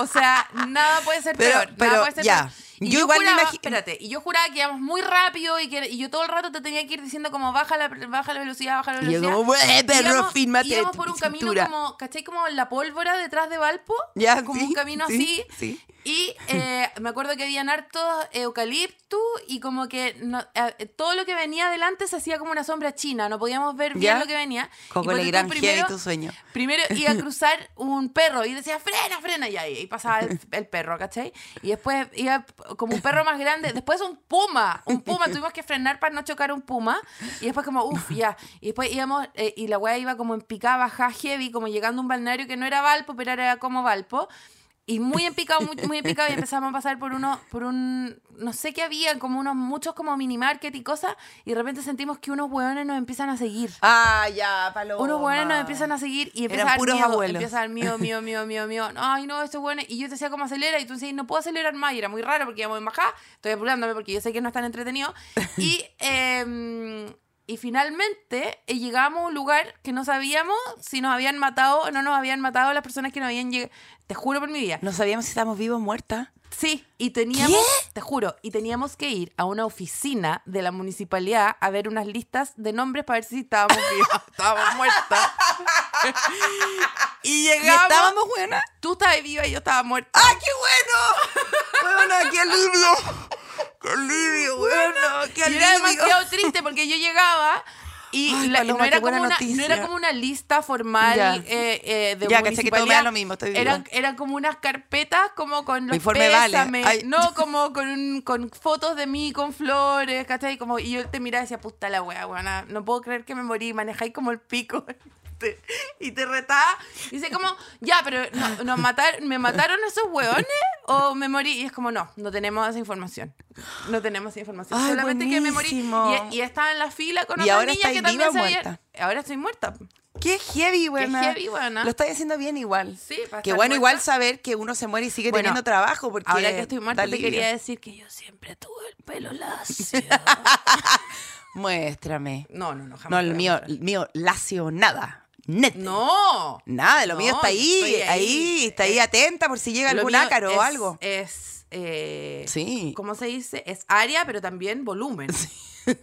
Speaker 3: o sea nada puede ser
Speaker 2: Pero-
Speaker 3: peor nada
Speaker 2: pero
Speaker 3: puede ser
Speaker 2: ya.
Speaker 3: peor. Y
Speaker 2: Yo
Speaker 3: yo,
Speaker 2: igual me
Speaker 3: juraba,
Speaker 2: imagi-
Speaker 3: espérate, y yo juraba que íbamos muy rápido y, que, y yo todo el rato te tenía que ir diciendo como baja la, baja la velocidad, baja la
Speaker 2: Y yo
Speaker 3: velocidad.
Speaker 2: como, (laughs) "Bueh, perro,
Speaker 3: Íbamos-
Speaker 2: fírmate
Speaker 3: íbamos
Speaker 2: tu
Speaker 3: por un
Speaker 2: cintura".
Speaker 3: camino como, ¿cachai? Como la pólvora detrás de Valpo.
Speaker 2: Ya,
Speaker 3: como
Speaker 2: sí,
Speaker 3: un camino
Speaker 2: sí,
Speaker 3: así.
Speaker 2: sí.
Speaker 3: Y eh, me acuerdo que habían hartos eucaliptus y como que no- eh, todo lo que venía adelante se hacía como una sombra china. No podíamos ver bien
Speaker 2: Ya.
Speaker 3: lo que venía.
Speaker 2: Coco
Speaker 3: ponte tú
Speaker 2: Legrand,
Speaker 3: primero-
Speaker 2: heavy tu sueño.
Speaker 3: Primero iba a cruzar un perro y decía, frena, frena, y ahí y pasaba el, el perro, ¿cachai? Y después iba como un perro más grande, después un puma, un puma, tuvimos que frenar para no chocar un puma, y después como, uff, ya, y después íbamos, eh, y la weá iba como en picada, baja heavy, como llegando a un balneario que no era Valpo, pero era como Valpo. Y muy en picado, muy, muy en picado, y empezamos a pasar por uno, por un, no sé qué había, como unos muchos como minimarket y cosas, y de repente sentimos que unos hueones nos empiezan a seguir.
Speaker 2: Ah, ya, paloma.
Speaker 3: Unos hueones nos empiezan a seguir y empieza
Speaker 2: Eran
Speaker 3: a dar
Speaker 2: puros
Speaker 3: miedo,
Speaker 2: abuelos.
Speaker 3: empieza a dar miedo, miedo, miedo, miedo, miedo. Ay, no, estos hueones. Y yo te decía cómo acelera y tú decías, no puedo acelerar más. Y era muy raro porque íbamos en bajada. Estoy apurándome porque yo sé que no están
Speaker 2: (laughs)
Speaker 3: entretenidos. Y, eh, y finalmente eh, llegamos a un lugar que no sabíamos si nos habían matado o no nos habían matado las personas que nos habían llegado. Te juro por mi vida.
Speaker 2: No sabíamos si estábamos vivos o muertas.
Speaker 3: Sí, y teníamos, te juro, y teníamos que ir a una oficina de la municipalidad a ver unas listas de nombres para ver si estábamos
Speaker 2: (laughs)
Speaker 3: vivos, (laughs) estábamos muertos. y
Speaker 2: ¿Y
Speaker 3: llegamos,
Speaker 2: estábamos buenas?
Speaker 3: tú estabas viva y yo estaba muerta.
Speaker 2: ¡Ah, qué bueno! Bueno, qué alivio. ¡Qué alivio, bueno! ¡Qué
Speaker 3: Y era
Speaker 2: alivio!
Speaker 3: demasiado triste porque yo llegaba y
Speaker 2: Ay,
Speaker 3: la-
Speaker 2: Paloma,
Speaker 3: no,
Speaker 2: qué
Speaker 3: era como
Speaker 2: buena
Speaker 3: una, no era
Speaker 2: noticia.
Speaker 3: como una lista formal
Speaker 2: Ya.
Speaker 3: eh, eh, de
Speaker 2: Ya, caché que todo me da
Speaker 3: municipalidad.
Speaker 2: lo mismo, estoy viva.
Speaker 3: eran, eran como unas carpetas como con los
Speaker 2: informe vale.
Speaker 3: pésames,
Speaker 2: Ay.
Speaker 3: no como con, un- con fotos de mí con flores, ¿cachai? Como, y yo te miraba y decía, puta la wea, weona, no puedo creer que me morí, manejáis como el pico. (laughs) Te- Y te retaba. Y dice como, ya, pero no- nos mataron, ¿me mataron esos hueones o me morí? Y es como, no, no tenemos esa información. No tenemos esa información.
Speaker 2: Ay,
Speaker 3: Solamente que me
Speaker 2: buenísimo.
Speaker 3: morí. Y, y estaba en la fila con
Speaker 2: ¿Y
Speaker 3: otra
Speaker 2: ahora
Speaker 3: niña que
Speaker 2: estáis
Speaker 3: también
Speaker 2: viva o
Speaker 3: se había-
Speaker 2: muerta?
Speaker 3: Ahora estoy muerta.
Speaker 2: Qué heavy, buena.
Speaker 3: heavy, buena.
Speaker 2: Lo estás haciendo bien igual.
Speaker 3: Sí, para
Speaker 2: Qué
Speaker 3: estar
Speaker 2: bueno igual
Speaker 3: muerta.
Speaker 2: saber que uno se muere y sigue
Speaker 3: Bueno,
Speaker 2: teniendo trabajo porque
Speaker 3: Ahora que estoy muerta,
Speaker 2: da
Speaker 3: te
Speaker 2: alivio.
Speaker 3: quería decir que yo siempre tuve el pelo lacio.
Speaker 2: Muéstrame.
Speaker 3: No, no, no, jamás.
Speaker 2: (laughs)
Speaker 3: te
Speaker 2: No, el
Speaker 3: voy a
Speaker 2: mío,
Speaker 3: mostrar.
Speaker 2: el mío lacio nada. Net.
Speaker 3: No.
Speaker 2: Nada, lo mío
Speaker 3: No,
Speaker 2: está
Speaker 3: yo
Speaker 2: ahí,
Speaker 3: estoy
Speaker 2: ahí, está ahí
Speaker 3: Eh,
Speaker 2: atenta por si llega
Speaker 3: lo
Speaker 2: algún
Speaker 3: mío
Speaker 2: ácaro
Speaker 3: es-
Speaker 2: o algo.
Speaker 3: Es. eh,
Speaker 2: Sí.
Speaker 3: ¿Cómo se dice? Es área, pero también volumen.
Speaker 2: (laughs)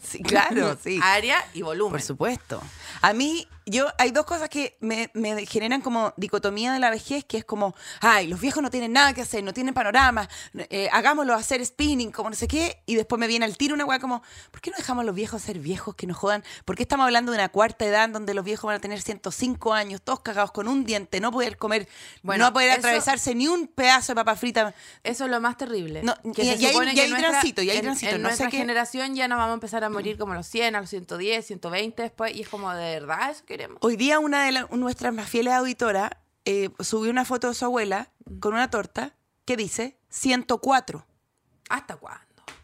Speaker 2: Sí,
Speaker 3: (laughs)
Speaker 2: claro, sí.
Speaker 3: Área y volumen.
Speaker 2: Por supuesto. A mí, yo, hay dos cosas que me, me generan como dicotomía de la vejez, que es como, ay, los viejos no tienen nada que hacer, no tienen panoramas, eh, hagámoslo hacer spinning, como no sé qué, y después me viene al tiro una weá como, ¿por qué no dejamos a los viejos ser viejos que nos jodan? ¿Por qué estamos hablando de una cuarta edad en donde los viejos van a tener 105 años, todos cagados con un diente, no poder comer,
Speaker 3: Bueno,
Speaker 2: no poder
Speaker 3: eso-
Speaker 2: atravesarse ni un pedazo de papa frita?
Speaker 3: Eso es lo más terrible.
Speaker 2: No,
Speaker 3: que se
Speaker 2: y- y hay-
Speaker 3: supone
Speaker 2: y
Speaker 3: que
Speaker 2: hay
Speaker 3: en nuestra-
Speaker 2: tránsito, y hay
Speaker 3: en-
Speaker 2: tránsito,
Speaker 3: En
Speaker 2: no sé
Speaker 3: nuestra
Speaker 2: qué-
Speaker 3: generación ya nos vamos a empezar a morir como a los 100, a los 110, 120 después. Y es como, ¿de verdad eso queremos?
Speaker 2: Hoy día una de la- nuestras más fieles auditoras eh, subió una foto de su abuela
Speaker 3: Mm.
Speaker 2: con una torta que dice 104.
Speaker 3: ¿Hasta cuándo?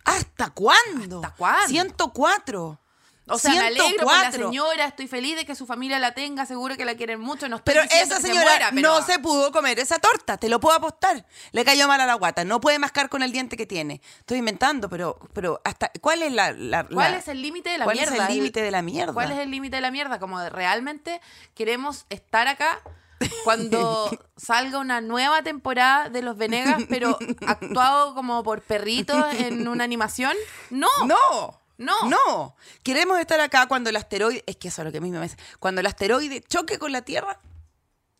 Speaker 2: ¿Hasta cuándo?
Speaker 3: ¿Hasta cuándo?
Speaker 2: 104.
Speaker 3: O sea, me alegro por la
Speaker 2: 104.
Speaker 3: señora, estoy feliz de que su familia la tenga, seguro que la quieren mucho. No estoy
Speaker 2: Pero
Speaker 3: diciendo
Speaker 2: esa
Speaker 3: que se
Speaker 2: señora
Speaker 3: muera, pero-
Speaker 2: no se pudo comer esa torta, te lo puedo apostar. Le cayó mal a la guata, no puede mascar con el diente que tiene. Estoy inventando, pero, pero hasta ¿cuál es la, la-
Speaker 3: ¿Cuál
Speaker 2: la-
Speaker 3: es el límite de la
Speaker 2: cuál es
Speaker 3: mierda?
Speaker 2: el límite de la mierda?
Speaker 3: ¿Cuál es el límite de la mierda? Como de, realmente queremos estar acá (laughs) cuando salga una nueva temporada de Los Venegas, (laughs) pero actuado como por perritos en una animación. No.
Speaker 2: No.
Speaker 3: No.
Speaker 2: No. Queremos estar acá cuando el asteroide, es que eso es lo que a mí me hace, cuando el asteroide choque con la Tierra,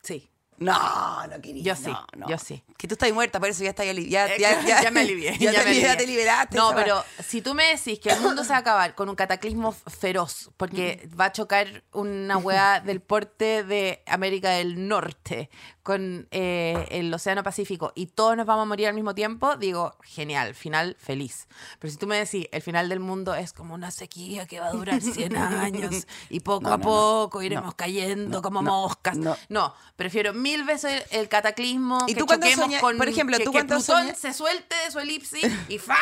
Speaker 3: Sí.
Speaker 2: No, no quería.
Speaker 3: Yo sí,
Speaker 2: no, no.
Speaker 3: yo sí.
Speaker 2: Que tú estás muerta, por eso ya estás ali- ya,
Speaker 3: Eh,
Speaker 2: ya,
Speaker 3: claro, (laughs) ya me alivié.
Speaker 2: (laughs) Ya,
Speaker 3: ya
Speaker 2: te,
Speaker 3: me
Speaker 2: ya
Speaker 3: alivié.
Speaker 2: te liberaste.
Speaker 3: No,
Speaker 2: esa
Speaker 3: pero si tú me decís que el mundo se va a acabar con un cataclismo f- feroz, porque va a chocar una
Speaker 2: (laughs)
Speaker 3: weá del porte de América del Norte con eh, el Océano Pacífico y todos nos vamos a morir al mismo tiempo, digo, genial, final feliz. Pero si tú me decís, el final del mundo es como una sequía que va a durar
Speaker 2: (laughs)
Speaker 3: 100 años y poco
Speaker 2: No,
Speaker 3: a
Speaker 2: no, no.
Speaker 3: poco iremos
Speaker 2: No,
Speaker 3: cayendo
Speaker 2: no,
Speaker 3: como
Speaker 2: no,
Speaker 3: moscas. No.
Speaker 2: no.
Speaker 3: prefiero mil veces el, el cataclismo
Speaker 2: ¿Y
Speaker 3: que
Speaker 2: tú cuándo
Speaker 3: choquemos
Speaker 2: soña-
Speaker 3: con-
Speaker 2: por ejemplo,
Speaker 3: que-
Speaker 2: tú
Speaker 3: que
Speaker 2: cuándo
Speaker 3: Plutón
Speaker 2: soña-
Speaker 3: se suelte de su elipsis
Speaker 2: (laughs)
Speaker 3: y ¡fa!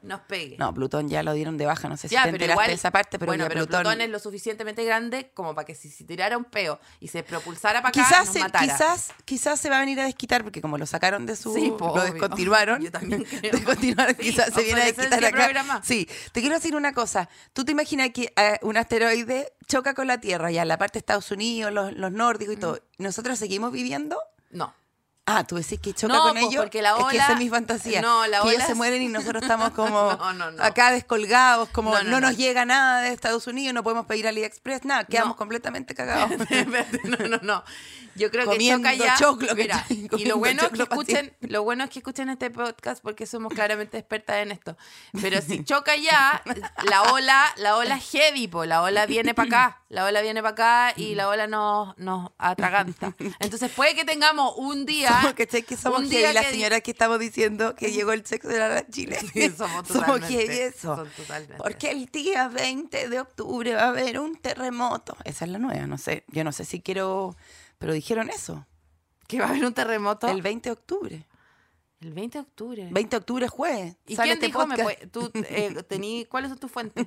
Speaker 3: nos pegue.
Speaker 2: No, Plutón ya lo dieron de baja, no sé si te enteraste de esa parte, pero,
Speaker 3: bueno,
Speaker 2: ya
Speaker 3: pero Plutón,
Speaker 2: Plutón,
Speaker 3: es lo suficientemente grande como para que si, si tirara un peo y se propulsara para acá,
Speaker 2: quizás,
Speaker 3: nos
Speaker 2: se,
Speaker 3: matara.
Speaker 2: quizás, quizás se va a venir a desquitar porque como lo sacaron de su
Speaker 3: Sí, po,
Speaker 2: lo
Speaker 3: obvio.
Speaker 2: descontinuaron.
Speaker 3: Yo
Speaker 2: (laughs)
Speaker 3: también creo.
Speaker 2: Descontinuaron,
Speaker 3: Sí,
Speaker 2: quizás se viene a desquitar
Speaker 3: obsolescencia
Speaker 2: acá.
Speaker 3: programada.
Speaker 2: Sí, te quiero decir una cosa. ¿Tú te imaginas que eh, un asteroide choca con la Tierra ya la parte de Estados Unidos, los, los nórdicos y
Speaker 3: Mm.
Speaker 2: todo? ¿Y ¿Nosotros seguimos viviendo?
Speaker 3: No.
Speaker 2: Ah, tú decís que choca
Speaker 3: No,
Speaker 2: con
Speaker 3: pues,
Speaker 2: ellos.
Speaker 3: porque la
Speaker 2: es que
Speaker 3: ola-
Speaker 2: esa es mi fantasía.
Speaker 3: No, la
Speaker 2: que
Speaker 3: ola
Speaker 2: ellos se
Speaker 3: es- (laughs)
Speaker 2: mueren y nosotros estamos como
Speaker 3: No, no, no.
Speaker 2: acá descolgados, como
Speaker 3: No,
Speaker 2: no,
Speaker 3: no, no.
Speaker 2: nos llega nada de Estados Unidos, no podemos pedir AliExpress, nada, quedamos completamente (laughs) cagados.
Speaker 3: (laughs) Espérate, no, no, no. Yo creo
Speaker 2: Comiendo
Speaker 3: que choca ya.
Speaker 2: choclo,
Speaker 3: Mira,
Speaker 2: ¿cachai?
Speaker 3: y lo
Speaker 2: Comiendo
Speaker 3: bueno, es que
Speaker 2: choclo
Speaker 3: escuchen, lo bueno es que escuchen este podcast porque somos claramente expertas en esto. Pero si choca ya, la ola, la ola es heavy, po, la ola viene para acá. La ola viene para acá y la ola nos, nos atraganta. Entonces puede que tengamos un día.
Speaker 2: Somos, ¿cachai? Que somos
Speaker 3: un
Speaker 2: heavy
Speaker 3: día
Speaker 2: las
Speaker 3: que di-
Speaker 2: señoras que estamos diciendo
Speaker 3: (laughs)
Speaker 2: que llegó el sexo de la Chile. (laughs)
Speaker 3: Sí, somos totalmente,
Speaker 2: heavy eso.
Speaker 3: son totalmente.
Speaker 2: Porque el día 20 de octubre va a haber un terremoto. Esa es la nueva, no sé. Yo no sé si quiero. Pero dijeron eso.
Speaker 3: Que va a haber un terremoto.
Speaker 2: El 20 de octubre.
Speaker 3: El 20 de octubre.
Speaker 2: 20 de octubre es jueves.
Speaker 3: ¿Y quién
Speaker 2: Sale este
Speaker 3: dijo? me
Speaker 2: podcast.
Speaker 3: puede- tú, eh, tení- ¿Cuáles son tus
Speaker 2: (laughs)
Speaker 3: fuentes?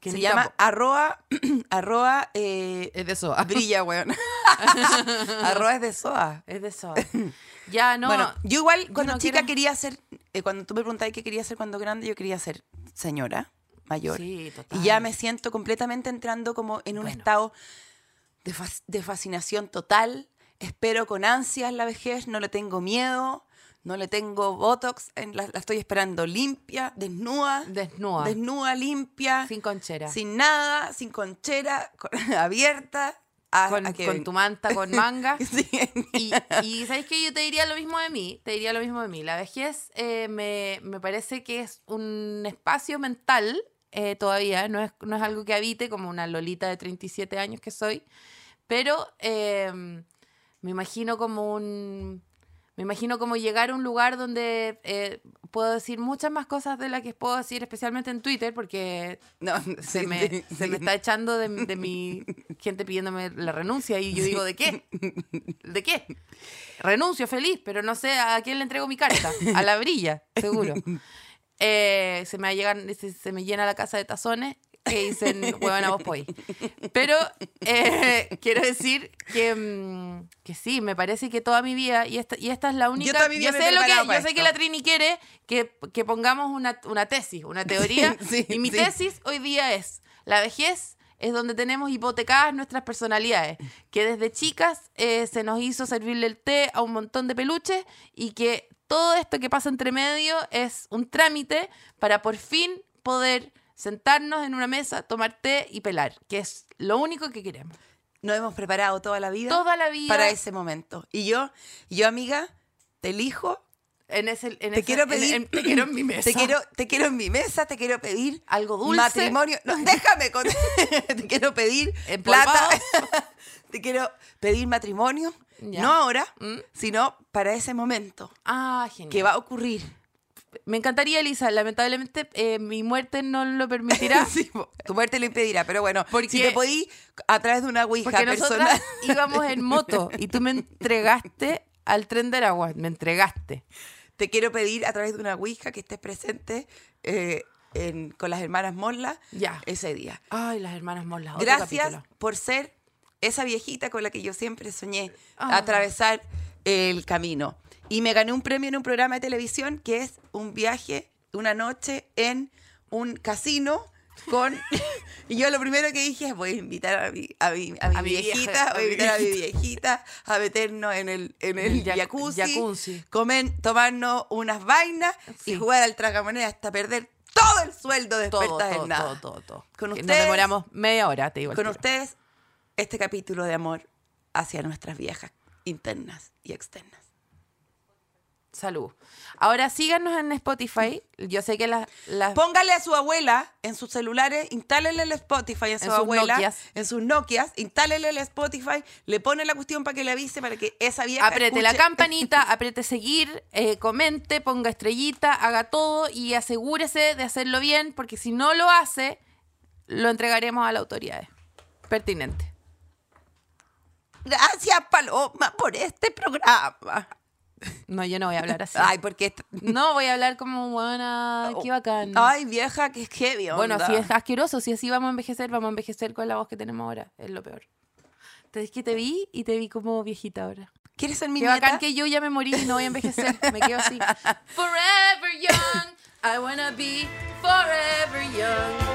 Speaker 3: Que
Speaker 2: Se
Speaker 3: ni
Speaker 2: llama
Speaker 3: tampoco-
Speaker 2: (clears throat) arroba, arroba eh,
Speaker 3: (laughs) Es de eso. ah.
Speaker 2: brilla, weón.
Speaker 3: (laughs)
Speaker 2: arroba es de soa.
Speaker 3: Es de eso.
Speaker 2: (laughs)
Speaker 3: Ya, no.
Speaker 2: bueno, yo igual cuando
Speaker 3: no
Speaker 2: chica
Speaker 3: quiero-
Speaker 2: quería ser, eh, cuando tú me preguntabas qué quería ser cuando grande, yo quería ser señora mayor.
Speaker 3: sí, total.
Speaker 2: Y ya me siento completamente entrando como en un
Speaker 3: Bueno.
Speaker 2: estado de, fas- de fascinación total. Espero con ansias la vejez, no le tengo miedo, no le tengo botox, en la, la estoy esperando limpia, desnuda,
Speaker 3: Desnuda.
Speaker 2: desnuda, limpia,
Speaker 3: Sin conchera.
Speaker 2: sin nada, sin conchera, (laughs) con- abierta. a-
Speaker 3: con,
Speaker 2: a que
Speaker 3: con
Speaker 2: ven-
Speaker 3: tu manta, con manga.
Speaker 2: (laughs) Sí.
Speaker 3: (laughs) Y, y sabes que yo te diría lo mismo de mí, te diría lo mismo de mí. La vejez eh, me, me parece que es un espacio mental eh, todavía, no es, no es algo que habite como una lolita de 37 años que soy, pero eh, me imagino como un... Me imagino como llegar a un lugar donde eh, puedo decir muchas más cosas de las que puedo decir, especialmente en Twitter, porque
Speaker 2: No,
Speaker 3: se,
Speaker 2: sí,
Speaker 3: me,
Speaker 2: sí,
Speaker 3: se me
Speaker 2: sí.
Speaker 3: está echando de, de mi gente pidiéndome la renuncia y yo digo, ¿de qué? ¿De qué? Renuncio feliz, pero no sé a quién le entrego mi carta. A la brilla, seguro. Eh, se, me llegan, se, se me llena la casa de tazones que dicen, huevona, vos podís. Pero eh, (laughs) quiero decir que, mm, que sí, me parece que toda mi vida, y esta, y esta es la única...
Speaker 2: toda mi vida me he
Speaker 3: sé, lo que,
Speaker 2: preparado para
Speaker 3: yo sé que
Speaker 2: esto.
Speaker 3: la Trini quiere que, que pongamos una, una tesis, una teoría.
Speaker 2: (laughs) Sí,
Speaker 3: y (laughs) mi
Speaker 2: sí.
Speaker 3: tesis hoy día es, la vejez es donde tenemos hipotecadas nuestras personalidades, que desde chicas eh, se nos hizo servirle el té a un montón de peluches y que todo esto que pasa entre medio es un trámite para por fin poder sentarnos en una mesa, tomar té y pelar, que es lo único que queremos.
Speaker 2: Nos hemos preparado toda la vida
Speaker 3: Toda la vida
Speaker 2: para ese momento. Y yo, yo amiga, te elijo,
Speaker 3: en ese... en
Speaker 2: te
Speaker 3: esa-
Speaker 2: quiero
Speaker 3: en-
Speaker 2: pedir,
Speaker 3: en- te quiero en mi mesa.
Speaker 2: (clears throat) te quiero, te quiero en mi mesa, te quiero pedir
Speaker 3: algo dulce.
Speaker 2: matrimonio,
Speaker 3: (laughs)
Speaker 2: no, déjame, con- (laughs) te quiero pedir plata,
Speaker 3: Empolvados.
Speaker 2: (laughs) te quiero pedir matrimonio,
Speaker 3: Ya.
Speaker 2: no ahora,
Speaker 3: Mm.
Speaker 2: sino para ese momento
Speaker 3: Ah, genial.
Speaker 2: que va a ocurrir.
Speaker 3: Me encantaría, Elisa. Lamentablemente, eh, mi muerte no lo permitirá.
Speaker 2: (laughs) Sí, po, tu muerte lo impedirá, pero bueno,
Speaker 3: Porque-
Speaker 2: si te podí a través de una ouija
Speaker 3: porque nosotras
Speaker 2: personal. (laughs)
Speaker 3: íbamos en moto y tú me entregaste al tren de Aragua. Me entregaste.
Speaker 2: Te quiero pedir a través de una Ouija que estés presente eh, en- con las hermanas Morla
Speaker 3: Ya.
Speaker 2: ese día.
Speaker 3: Ay, las hermanas Molas. otro
Speaker 2: Gracias
Speaker 3: capítulo.
Speaker 2: por ser esa viejita con la que yo siempre soñé
Speaker 3: Ah.
Speaker 2: atravesar el camino. Y me gané un premio en un programa de televisión que es un viaje, una noche en un casino
Speaker 3: (laughs)
Speaker 2: con... y yo lo primero que dije es voy a invitar a mi, a mi, a mi
Speaker 3: A mi vieja,
Speaker 2: viejita,
Speaker 3: a
Speaker 2: voy a
Speaker 3: mi
Speaker 2: invitar a mi viejita a meternos en el, en el,
Speaker 3: El yac-
Speaker 2: jacuzzi,
Speaker 3: jacuzzi.
Speaker 2: comer, tomarnos unas vainas
Speaker 3: Sí.
Speaker 2: y jugar al tragamoneda hasta perder todo el sueldo de
Speaker 3: Todo,
Speaker 2: expertas
Speaker 3: todo,
Speaker 2: en nada.
Speaker 3: todo, todo, todo.
Speaker 2: Con
Speaker 3: Que Nos
Speaker 2: ustedes-
Speaker 3: demoramos media hora, te digo. al
Speaker 2: Con
Speaker 3: tiro.
Speaker 2: ustedes, este capítulo de amor hacia nuestras viejas internas y externas.
Speaker 3: Salud. Ahora síganos en Spotify. Yo sé que las. las-
Speaker 2: Póngale a su abuela en sus celulares, instálele el Spotify a su
Speaker 3: En sus
Speaker 2: abuela,
Speaker 3: Nokias.
Speaker 2: en sus Nokias, instálele el Spotify, le pone la cuestión para que le avise, para que esa vieja
Speaker 3: apriete la
Speaker 2: escuche-
Speaker 3: campanita, apriete seguir, eh, comente, ponga estrellita, haga todo y asegúrese de hacerlo bien, porque si no lo hace, lo entregaremos a las autoridades pertinentes.
Speaker 2: (laughs) Gracias, Paloma, por este programa.
Speaker 3: No, yo no voy a hablar así.
Speaker 2: (laughs) Ay, porque... esta-
Speaker 3: No voy a hablar como buena, qué bacán.
Speaker 2: Ay, vieja, que es heavy,
Speaker 3: bueno,
Speaker 2: onda.
Speaker 3: si es asqueroso, si así vamos a envejecer, vamos a envejecer con la voz que tenemos ahora, es lo peor. Entonces que te vi y te vi como viejita ahora.
Speaker 2: ¿Quieres ser mi
Speaker 3: Qué
Speaker 2: nieta?
Speaker 3: bacán que yo ya me morí y no voy a envejecer. Me quedo
Speaker 2: (laughs)
Speaker 3: así. Forever young, I wanna be forever young.